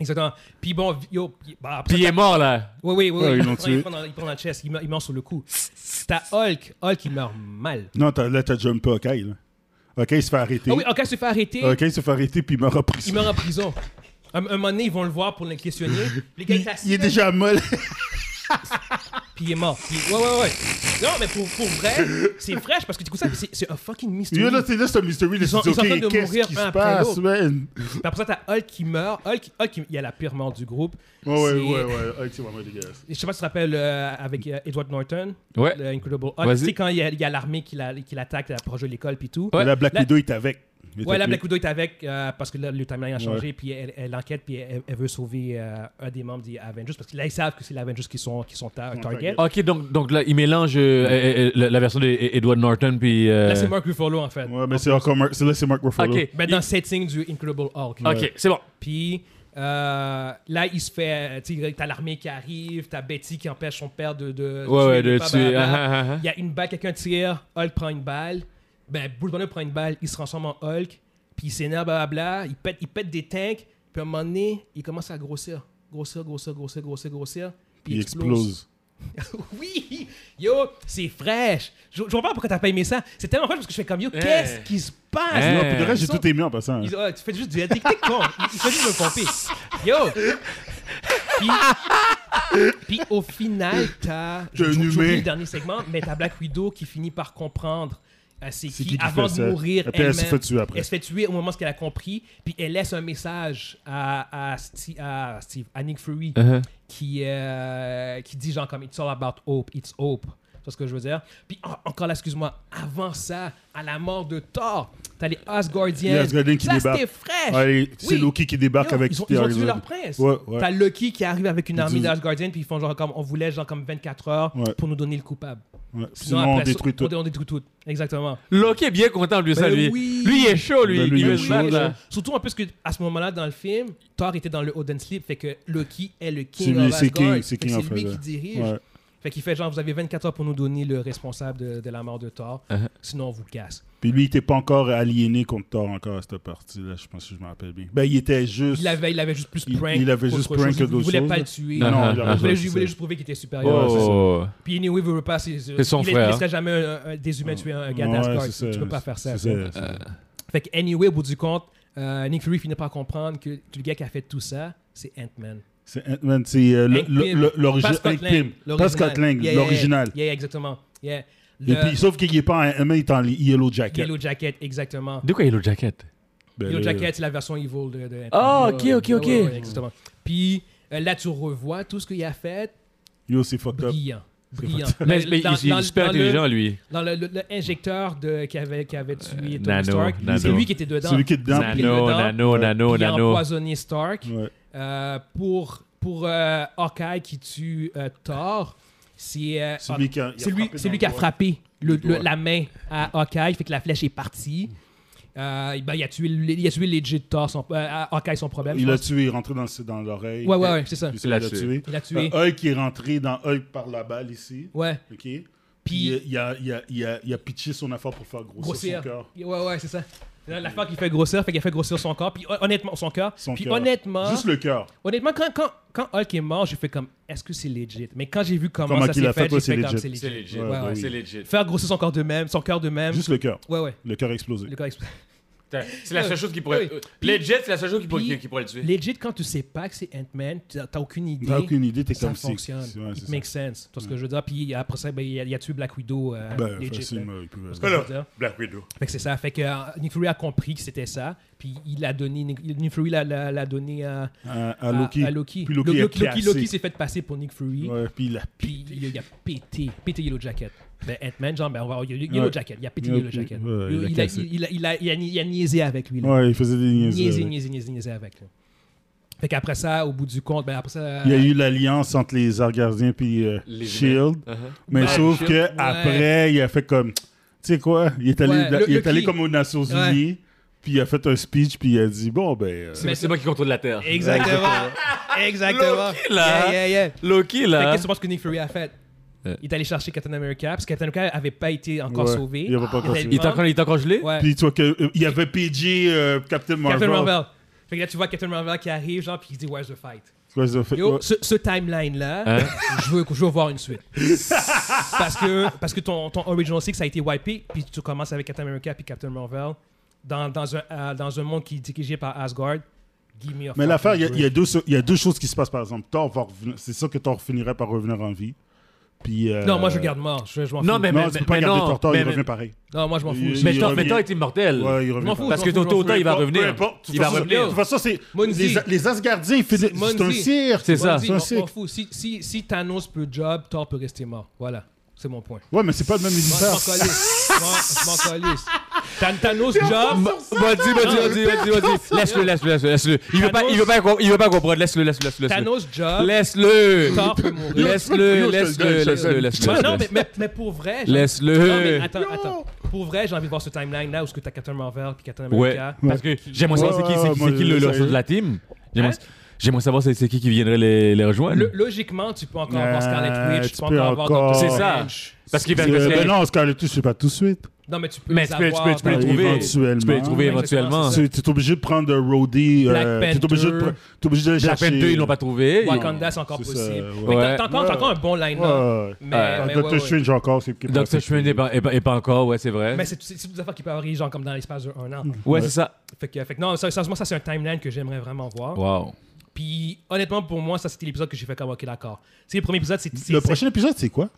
S1: Exactement. Puis bon, yo, puis- bah, après,
S2: Puis il est mort là.
S1: Oui, oui, oui.
S3: Ouais,
S1: oui.
S3: Ah, ils
S1: Il,
S3: l'ont
S1: prend,
S3: tué.
S1: il, prend dans, il prend dans le chest, il meurt, il meurt sur le coup. T'as Hulk. Hulk, il meurt mal.
S3: Non, t'as- là, t'as jump pas Hawkeye, là. Hawkeye se fait arrêter.
S1: Ah oui, Hulk se fait arrêter.
S3: Hawkeye se fait arrêter, puis il m'a repris.
S1: Il meurt en prison. Un, un moment donné, ils vont le voir pour le questionner. Les gars,
S3: Il,
S1: il est assis,
S3: il est
S1: là,
S3: déjà molle.
S1: Puis il est mort. Puis- ouais, ouais, ouais. Non, mais pour, pour vrai, c'est fraîche parce que du coup, ça, c'est c'est un fucking mystery.
S3: Yo, là, c'est là, c'est un mystery. Ils
S1: sont- ils sont en train de
S3: Qu'est-ce
S1: mourir
S3: qui
S1: un
S3: se
S1: après
S3: passe,
S1: l'autre.
S3: man?
S1: Puis après ça, t'as Hulk qui meurt. Hulk, Hulk, il y a la pire mort du groupe.
S3: Ouais, ouais,
S1: C'est-
S3: ouais, ouais. Hawkeye, c'est vraiment dégueulasse.
S1: Je sais pas si tu te rappelles euh, avec euh, Edward Norton,
S2: Ouais.
S1: le Incredible Hulk.
S2: Vas-y.
S1: Tu sais, quand il y a- il y a l'armée qui la- qui l'attaque à proche de l'école, puis tout.
S2: Ouais.
S3: Mais Là, Black
S1: La-
S3: Widow est avec. Il est
S1: Ouais, là,
S3: avec
S1: Black Widow
S3: lui.
S1: est avec euh, parce que là, le timeline a changé,
S3: Ouais.
S1: puis elle, elle enquête, puis elle, elle veut sauver euh, un des membres des Avengers parce que là, ils savent que c'est les Avengers qui sont, qui sont ta- target.
S3: target.
S2: Ok, donc, donc là, il mélange euh, euh, euh, la, la version d'Edward Norton puis. euh,
S1: Là, c'est Mark Ruffalo en fait.
S3: Ouais, mais c'est encore Mark. c'est Là, c'est Mark Ruffalo.
S2: Ok,
S1: Mais dans le setting du Incredible Hulk.
S2: il- ok, c'est bon.
S1: Puis euh, là, il se fait. tu sais, T'as l'armée qui arrive, t'as Betty qui empêche son père de. de
S2: Ouais, ouais, de
S1: blablabla.
S2: tuer. ah,
S3: Hein?
S2: ah, ah.
S1: Il y a une balle, quelqu'un tire, Hulk prend une balle, ben Bruce Banner prend une balle, il se transforme en Hulk, puis il s'énerve, blablabla, il pète, il pète des tanks, Puis à un moment donné, il commence à grossir. Grossir, grossir, grossir, grossir, grossir. Puis
S3: Il explose.
S1: oui! Yo, c'est fraîche! Je, je vois pas pourquoi t'as pas aimé ça. C'est tellement fraîche parce que je fais comme yo,
S3: Hein?
S2: Hey.
S1: qu'est-ce qui se passe?
S2: Hey.
S3: Non, puis de reste, j'ai
S1: Ils sont-
S3: tout aimé en passant. hein.
S1: Ils- ouais, tu fais juste du tic tic con. Il faut juste me pomper. Yo! Puis, puis au final, t'as.
S3: T'es
S1: j'ou-
S3: un
S1: j'oublie
S3: humain.
S1: le dernier segment, mais t'as Black Widow qui finit par comprendre euh, c'est
S3: C'est
S1: qui,
S3: qui qui
S1: avant
S3: fait
S1: de
S3: ça.
S1: mourir.
S3: Et puis elle se
S1: elle-même.
S3: fait tuer après.
S1: Elle se fait tuer au moment où elle a compris. Puis elle laisse un message à, à, Sti- à Steve, à Nick Fury
S2: Uh-huh.
S1: qui, euh, qui dit genre comme It's all about hope, it's hope. C'est ce que je veux dire. Puis en- encore là, excuse-moi, avant ça, à la mort de Thor, t'as les Asgardiens.
S3: Les Asgardiens qui
S1: ça,
S3: débarquent.
S1: c'était fraîche.
S3: Allez, c'est
S1: Oui.
S3: Loki qui débarque
S1: Yo,
S3: avec
S1: ils ont,
S3: Peter
S1: ils ont tué
S3: Alexander.
S1: leur prince.
S3: Ouais, ouais.
S1: T'as Loki qui arrive avec une
S3: Ils
S1: armée
S3: disent-
S1: d'Asgardiens, puis ils font genre comme on voulait genre comme 24 heures
S3: Ouais.
S1: pour nous donner le coupable.
S3: Ouais.
S1: Sinon,
S3: Sinon, on
S1: après ça,
S3: détruit tout.
S1: On, on détruit tout. Exactement.
S2: Loki est bien content de lui, ça,
S1: Ben
S2: lui.
S1: oui.
S2: Lui, il est chaud, lui.
S3: Ben, lui,
S2: il
S3: il
S2: veut
S3: est
S2: se
S3: chaud,
S2: battre,
S3: là.
S2: là.
S1: Surtout en plus que à ce moment-là dans le film, Thor était dans le Odin Sleep, fait que Loki est le
S3: C'est
S1: king
S3: lui-
S1: of
S3: c'est
S1: Asgard.
S3: King- c'est
S1: Fait que
S3: King
S1: c'est
S3: of
S1: lui qui
S3: Asgard.
S1: dirige.
S3: Ouais.
S1: Fait qu'il fait genre, vous avez 24 heures pour nous donner le responsable de, de la mort de Thor,
S2: Uh-huh.
S1: sinon on vous le casse.
S3: Puis lui, il était pas encore aliéné contre Thor encore à cette partie-là, je pense que je me rappelle bien. Ben, il était juste.
S1: Il avait, il avait juste plus
S3: Il-
S1: prank.
S3: il avait
S1: qu'autre
S3: juste prank
S1: chose.
S3: que
S1: Il
S3: d'autres
S1: voulait
S3: choses,
S1: pas
S3: là.
S1: le tuer.
S3: Non, non,
S2: Ah,
S3: il
S2: ah,
S1: Il
S3: avait
S1: voulait,
S3: juste-
S1: ju- il voulait juste prouver qu'il était supérieur.
S3: c'est ça.
S2: Oh.
S1: Puis anyway, il veut pas. C'est
S2: son
S1: il
S2: frère. hein.
S1: Il laisserait jamais un, un- des humains tuer un gars d'Asgard.
S3: Ouais, c'est
S1: tu peux pas faire ça.
S3: C'est
S1: tu sais.
S3: ça, c'est ça.
S1: Fait que anyway, au bout du compte, euh, Nick Fury finit par comprendre que le gars qui a fait tout ça, c'est Ant-Man.
S3: C'est Ant-Man, c'est euh, le-
S1: Hank
S3: le-
S1: Pym.
S3: le- l'origi-
S1: Pas Scott
S3: Hank Pym.
S1: Lang,
S3: Pas Scott
S1: Yeah,
S3: Lang,
S1: yeah, yeah.
S3: l'original.
S1: Yeah, yeah, exactement. Yeah.
S3: Et
S1: Le
S3: puis, sauf qu'il est pas en Ant-Man, il est en Yellow Jacket.
S1: Yellow Jacket, exactement.
S2: De quoi Yellow Jacket
S3: Ben,
S1: Yellow
S3: le-
S1: Jacket, c'est la version evil de. de
S2: Ah,
S1: de-
S2: ok,
S1: de-
S2: ok,
S1: ouais,
S2: ok.
S1: ouais, ouais, exactement. Puis euh, là, tu revois tout ce qu'il a fait.
S3: Yo, c'est fucked up.
S1: Brillant. Brillant.
S2: Mais,
S1: Dans-
S2: mais
S1: Ben, dans-
S2: il, il
S1: dans
S2: est
S1: le-
S2: super
S1: dans le-
S2: intelligent, lui.
S1: Dans le, le- le injecteur de, qui, avait, qui avait tué Tony
S2: Euh, Nano,
S1: Stark, c'est
S2: Nano.
S1: lui qui était dedans.
S3: C'est lui qui est dedans.
S1: Nano,
S3: puis-
S2: Nano,
S1: dedans,
S2: nano,
S1: Puis
S2: nano,
S1: euh, il a
S2: nano.
S1: empoisonné Stark.
S3: Ouais.
S1: Euh, pour pour euh, Hawkeye qui tue euh, Thor, c'est euh,
S3: C'est lui qui a- il a
S1: c'est lui,
S3: frappé
S1: c'est
S3: dans
S1: lui
S3: le
S1: qui a
S3: doigt.
S1: frappé le-
S3: Le doigt.
S1: le- la main à Hawkeye, fait que la flèche est partie. Euh, ben, il, a tué, le- il a tué legit Thor, son, euh, à Hawkeye son problème. je
S3: Il l'a
S1: pense.
S3: tué, il est rentré dans, dans l'oreille.
S1: Ouais, ouais, ouais, c'est ça.
S3: Puis ça, il l'a tué.
S1: Il l'a tué.
S3: Euh, Hulk qui est rentré dans Hulk par la balle ici.
S1: Ouais.
S3: OK? Puis,
S1: Puis-
S3: il, il a, il, a, il, a, il a pitché son affaire pour faire grossir,
S1: Grossir.
S3: son cœur.
S1: Ouais, ouais, c'est ça. La la fois qu'il fait grossir, fait qu'il a fait grossir son corps, puis hon- honnêtement, son cœur.
S3: Son
S1: puis
S3: cœur.
S1: honnêtement,
S3: Juste le cœur.
S1: honnêtement, quand, quand, quand Hulk est mort, j'ai fait comme, est-ce que c'est legit? Mais quand j'ai vu comment,
S3: Comment
S1: ça
S3: qu'il
S1: s'est
S3: a fait,
S1: fait,
S3: ouais,
S1: j'ai fait
S3: c'est
S1: comme
S3: legit.
S1: c'est legit.
S3: legit. Ouais, ouais, c'est
S2: legit.
S1: Faire grossir son corps de même, son cœur de même.
S3: Juste le cœur.
S1: Ouais, ouais.
S3: Le cœur explosé.
S1: Le corps explosé.
S2: C'est
S1: la seule chose qui pourrait- Oui. Legit,
S2: c'est la seule chose qui
S1: pourrait- qui
S2: pourrait le tuer.
S1: Legit, quand tu sais pas que c'est Ant-Man, t'as t'as aucune idée.
S3: T'as aucune idée, t'es
S1: Ça
S3: comme si-
S1: fonctionne.
S3: si- ouais,
S1: It
S3: c'est
S1: makes sense. Tu vois ce que je veux dire? Puis après ça, ben, il, a, il a tué Black Widow. euh,
S3: ça. Ben,
S1: legit, là.
S3: facilement, il pouvait-
S1: que je veux dire.
S3: Black Widow.
S1: Fait que c'est ça. Fait que euh, Nick Fury a compris que c'était ça. Puis il a donné. Nick, Nick Fury l'a- l'a l'a donné à,
S3: À, à Loki.
S1: à Loki.
S3: Puis
S1: Lo-
S3: Loki, a
S1: Loki, Loki,
S3: cassé.
S1: Loki s'est fait passer pour Nick Fury.
S3: Ouais, puis il a
S1: Puis il, il a pété. Pété Yellow Jacket. Ben, Ant-Man, genre, ben, on va, il- il- Yellow
S3: Ouais.
S1: Jacket. Il a pété
S3: Ouais,
S1: Yellow
S3: puis-
S1: Jacket.
S3: ouais, il l'a
S1: il, a,
S3: cassé.
S1: il, a, il, a, il, a, ni- il a niaisé avec lui. là.
S3: Ouais, il faisait des niaiseries.
S1: niaiser,
S3: ouais.
S1: niaiser, niaiser, niaiser avec. Là. Fait qu'après ça, au bout du compte, ben après ça.
S3: Il y a eu l'alliance entre les Argardiens puis euh,
S2: Les
S3: Shield. Mais
S1: Ouais,
S3: sauf
S2: Shield,
S3: que
S1: Uh-huh. Ben, ouais.
S3: après, il a fait comme. Tu sais quoi Il est allé,
S1: Ouais, le-
S3: il est
S1: le
S3: allé
S1: qui-
S3: comme aux Nations
S1: Ouais.
S3: Unies, puis il a fait un speech, puis il a dit Bon, ben. euh,
S1: Mais
S2: C'est moi qui contrôle la Terre.
S1: Exactement. Exactement.
S2: Loki, là.
S1: Yeah, yeah, yeah.
S2: Loki,
S1: Fait que
S2: là.
S1: qu'est-ce que tu penses que Nick Fury a fait
S2: Hein? Euh.
S1: Il est allé chercher Captain America parce que Captain America avait pas été encore
S3: ouais,
S1: sauvé. Ah,
S3: Il avait pas encore
S1: Il
S2: Il
S3: sauvé.
S2: est encore, il est encore gelé
S1: Ouais.
S3: Puis tu vois que, euh, il y avait PG, euh, Captain Marvel.
S1: Captain Marvel. Fait que là, tu vois Captain Marvel qui arrive, genre, puis il dit Where's the fight
S3: Tu vois, ils ont fait-
S1: Yo,
S3: ouais.
S1: ce, ce timeline-là,
S2: Hein?
S1: je, veux, je veux voir une suite. parce que, parce que ton, ton Original Six a été wipé, puis tu commences avec Captain America puis Captain Marvel dans, dans, un, euh, dans un monde qui est dirigé par Asgard. Give me a
S3: Mais l'affaire, il y a-
S1: fucking
S3: il y, a deux so- il y a deux choses qui se passent, par exemple. Thor va revenir- C'est sûr que Thor finirait par revenir en vie. Puis, euh,
S1: break. Non, moi je garde mort. Je, je m'en
S2: Non,
S1: fous.
S2: mais,
S3: Non,
S2: mais,
S3: tu peux
S2: mais
S3: pas garder
S2: non.
S3: Thor, Thor,
S2: mais-
S3: il revient pareil.
S1: Non, moi je m'en fous.
S3: Il-
S1: Mais
S2: Mais
S3: il
S2: Thor-
S3: revient.
S2: mais Thor est immortel.
S3: Ouais, il revient
S1: m'en
S3: pareil.
S1: fous,
S2: Parce que
S1: je m'en
S2: tôt ou
S1: fous.
S2: tard, il va
S3: Peu
S2: revenir.
S3: importe, de toute
S2: Il va
S3: façon, De
S2: revenir.
S3: toute façon, c'est.
S1: Monzi.
S3: Les, les Asgardiens, ils finissent- c'est un
S1: Monzi.
S3: cirque.
S2: C'est ça.
S1: Vas-y,
S3: C'est un
S1: on- on
S3: cirque.
S1: fout. Si, si, si Thanos peut job, Thor peut rester mort. Voilà, c'est mon point.
S3: Ouais, mais c'est pas le même
S1: Moi,
S3: univers.
S1: je m'en calisse. Moi, je m'en calisse. Than- Thanos job.
S2: Vas-y, vas-y, vas-y, vas-y, vas-y. Laisse-le, laisse-le, laisse-le, laisse-le. Il veut pas, il veut pas, com- il veut pas comprendre. Laisse-le, laisse-le, laisse-le. laisse-le.
S1: Thanos job.
S2: Laisse-le.
S1: Thor peut mourir.
S2: Laisse-le,
S3: hein. Yo,
S2: laisse-le,
S3: je te le donne, je te le
S2: laisse-le,
S3: donne.
S1: Non,
S2: laisse-le.
S1: non, mais, mais, mais pour vrai. j'ai-
S2: Laisse-le.
S1: Non, mais attends, attends. Pour vrai, j'ai envie de voir ce timeline-là où ce que t'as Captain Marvel puis Captain
S2: Ouais.
S1: America.
S3: Hein?
S2: Parce que j'aimerais savoir c'est qui, c'est qui, c'est qui le le reste de la team. J'aimerais- J'aimerais savoir c'est c'est qui qui viendrait les, les rejoindre.
S1: Lo- logiquement, tu peux encore
S3: Euh,
S1: avoir Scarlet Witch, tu
S3: tu
S1: peux
S3: peux
S1: encore avoir
S3: encore-
S1: Doctor
S2: C'est ça.
S1: Strange.
S2: Parce qu'ils
S3: Euh,
S2: veulent. parce que-
S3: ben non, Scarlet Witch, c'est pas tout de suite.
S1: Non, mais tu peux
S2: mais
S1: les
S2: tu peux, tu peux-
S1: avoir euh,
S2: tu peux les
S1: dans-
S3: dans-
S2: trouver.
S3: éventuellement.
S2: Tu peux les trouver
S1: Exactement,
S2: éventuellement.
S1: c'est
S3: Tu es obligé de prendre un roadie.
S1: Black
S3: euh, t'es obligé de
S1: Panther.
S3: pre- t'es obligé de
S2: Black
S3: chercher.
S2: Panther, ils l'ont pas trouvé.
S1: Wakanda, c'est encore
S3: C'est ça,
S1: possible.
S3: ouais.
S1: Mais t'as-
S2: Ouais.
S1: t'as encore, t'as encore un bon
S3: Ouais,
S1: line-up.
S3: ouais.
S1: Mais,
S2: Euh,
S1: mais, ouais,
S3: Doctor
S1: ouais.
S3: Strange encore, c'est qui
S2: Doctor Strange n'est pas, est pas- est pas encore, ouais, c'est vrai.
S1: Mais c'est c'est- c'est des affaires qui peuvent arriver genre comme dans l'espace d'un
S3: Hmm.
S1: an.
S2: ouais, c'est ça.
S1: Fait que, fait que non, sérieusement, ça c'est un timeline que j'aimerais vraiment voir.
S2: Wow.
S1: Puis honnêtement, pour moi, ça c'était l'épisode que j'ai fait comme ok, d'accord. C'est le premier épisode, c'est. c'est-
S3: Le
S1: c'est-
S3: prochain épisode, c'est quoi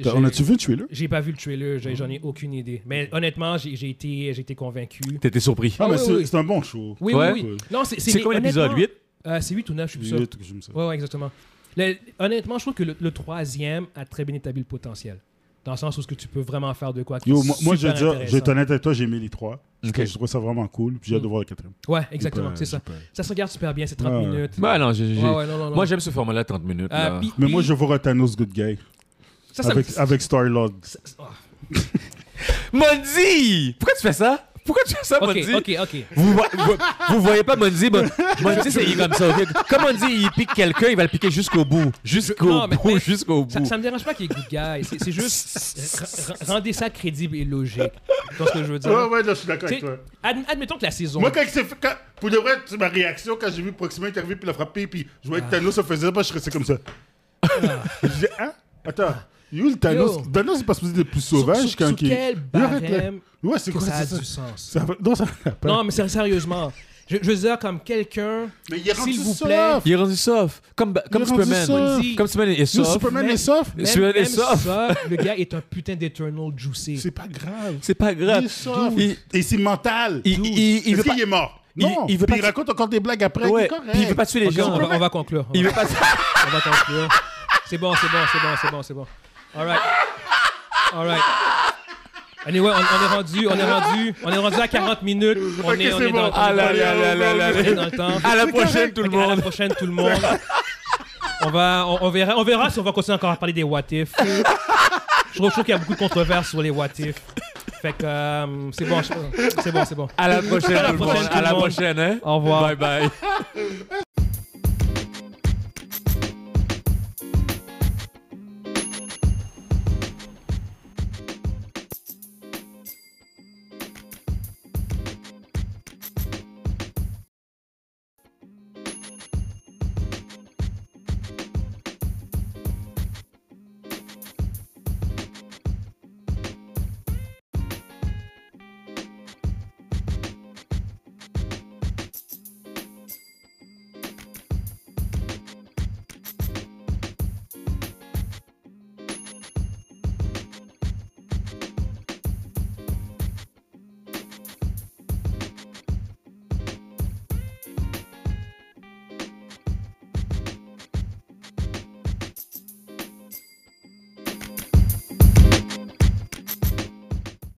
S3: T'as-
S1: j'ai-
S3: On a-tu vu le trailer
S1: J'ai pas vu le trailer, j'ai- j'en
S3: Mm.
S1: ai aucune idée. Mais honnêtement, j'ai j'ai été, j'ai été convaincu.
S2: T'étais surpris.
S3: Ah,
S1: Ah,
S3: mais
S1: oui,
S3: c'est
S1: oui.
S3: c'est un bon show.
S1: Oui,
S2: Ouais.
S1: oui, oui. Non, c'est Euh,
S2: C'est quoi l'épisode 8
S1: C'est 8 ou 9, je suis plus sûr.
S3: Huit, j'aime ça.
S1: Ouais, ouais, exactement. Le- honnêtement, je trouve que le, le troisième a très bien établi le potentiel. Dans le sens où ce que tu peux vraiment faire de quoi. qui
S3: Yo,
S1: est
S3: moi, moi, je
S1: super
S3: veux dire, je vais être
S1: intéressant.
S3: honnête avec toi, j'ai aimé les trois. Parce que
S2: Ok.
S3: Je trouve ça vraiment cool. Puis j'ai hâte de voir le quatrième.
S1: Ouais, exactement,
S3: J'ai pas-
S1: c'est ça.
S3: j'ai pas-
S1: Ça se regarde super bien, c'est 30
S3: Ouais.
S1: minutes.
S2: Bah non, j'ai- j'ai-
S1: Ouais, ouais, non, non, non.
S2: moi j'aime ce format-là, 30 minutes.
S1: Ah,
S2: là.
S1: puis-
S3: Mais moi,
S1: puis-
S3: je vais voir un Thanos Good Guy.
S1: ça, ça-
S3: Avec, avec Star-Lord.
S1: ça- ça- ah.
S2: Mondi! Pourquoi tu fais ça? Pourquoi tu fais ça,
S1: Ok,
S2: Mondi?
S1: ok, ok.
S2: Vous, vo- vo- vous voyez pas Mondi? Mon- Mondi, c'est il est comme ça. ok? Comme Mondi, il pique quelqu'un, il va le piquer jusqu'au bout. Jusqu'au
S1: Non, mais-
S2: bout,
S1: mais-
S2: jusqu'au
S1: Ça,
S2: bout.
S1: ça me dérange pas qu'il y ait good guy. C'est c'est juste. r- r- rendez ça crédible et logique. Tu vois ce que je veux dire?
S3: ouais, là, je suis d'accord
S1: Tu sais, ad- admettons que la saison.
S3: Moi, quand c'est fait- quand- pour de vrai, c'est ma réaction quand j'ai vu Proxima interviewer puis la frapper, puis je voyais
S1: Ah.
S3: que Thanos se faisait pas, je restais comme ça. je disais, hein? Attends. Yo, le Thanos,
S1: Yo.
S3: Thanos, c'est pas supposé être plus
S1: Sous-
S3: sauvage
S1: sous-
S3: quand
S1: sous
S3: qu'il-
S1: quel
S3: Yo, arrête, là.
S1: barème
S3: Ouais, c'est
S1: que
S3: quoi
S1: ça a
S3: c'est
S1: du sens.
S3: Ça va- Non, ça va pas.
S1: Non, mais ser- sérieusement. Je, je veux dire, comme quelqu'un.
S3: Mais il est rendu
S1: S'il vous
S3: soft.
S1: plaît.
S2: Il est rendu soft. Comme, comme
S3: est rendu
S2: Superman.
S3: soft.
S1: Mondi,
S2: Comme Superman est
S3: Yo,
S2: soft.
S3: Superman
S1: mais-
S3: est soft.
S1: Même,
S2: Celui-là, il est
S1: même
S2: soft.
S1: ça, le gars est un putain d'Eternal Juicy.
S3: C'est pas grave.
S2: C'est pas grave.
S3: Il est soft.
S2: Il-
S3: Et c'est mental.
S2: Il- il- il
S3: Est-ce
S2: veut
S3: qu'il
S2: pas-
S3: est mort?
S2: il-
S3: Non.
S2: il veut
S3: Puis
S2: pas-
S3: il raconte encore des blagues après.
S2: Ouais.
S3: il est correct.
S2: Puis il veut pas tuer les
S1: Ok, on,
S2: gens.
S1: va, on va conclure.
S2: Il
S1: on
S2: veut
S1: va,
S2: pas
S1: on va conclure. C'est bon, c'est bon, c'est bon, c'est bon, c'est bon. All right. All right. Anyway, on, on est rendu, on est rendu, on est rendu à 40 minutes. On
S3: Ok,
S1: est, on
S3: c'est
S1: est dans,
S3: bon.
S1: on est
S2: Ah là
S1: dans-
S2: là là là là
S1: on est dans
S2: là.
S1: le temps.
S2: À la prochaine, tout le
S1: Ok, À la
S2: monde.
S1: prochaine, tout le monde. On va, on, on verra, on verra si on va continuer encore à parler des what if. Je trouve, je trouve qu'il y a beaucoup de controverses sur les what if. Fait que euh, c'est bon, je- c'est bon, c'est bon.
S2: À la prochaine,
S1: À la
S2: tout le
S1: prochaine,
S2: monde.
S1: tout
S2: À
S1: le
S2: la
S1: monde.
S2: prochaine, hein?
S1: Au revoir.
S2: Bye bye.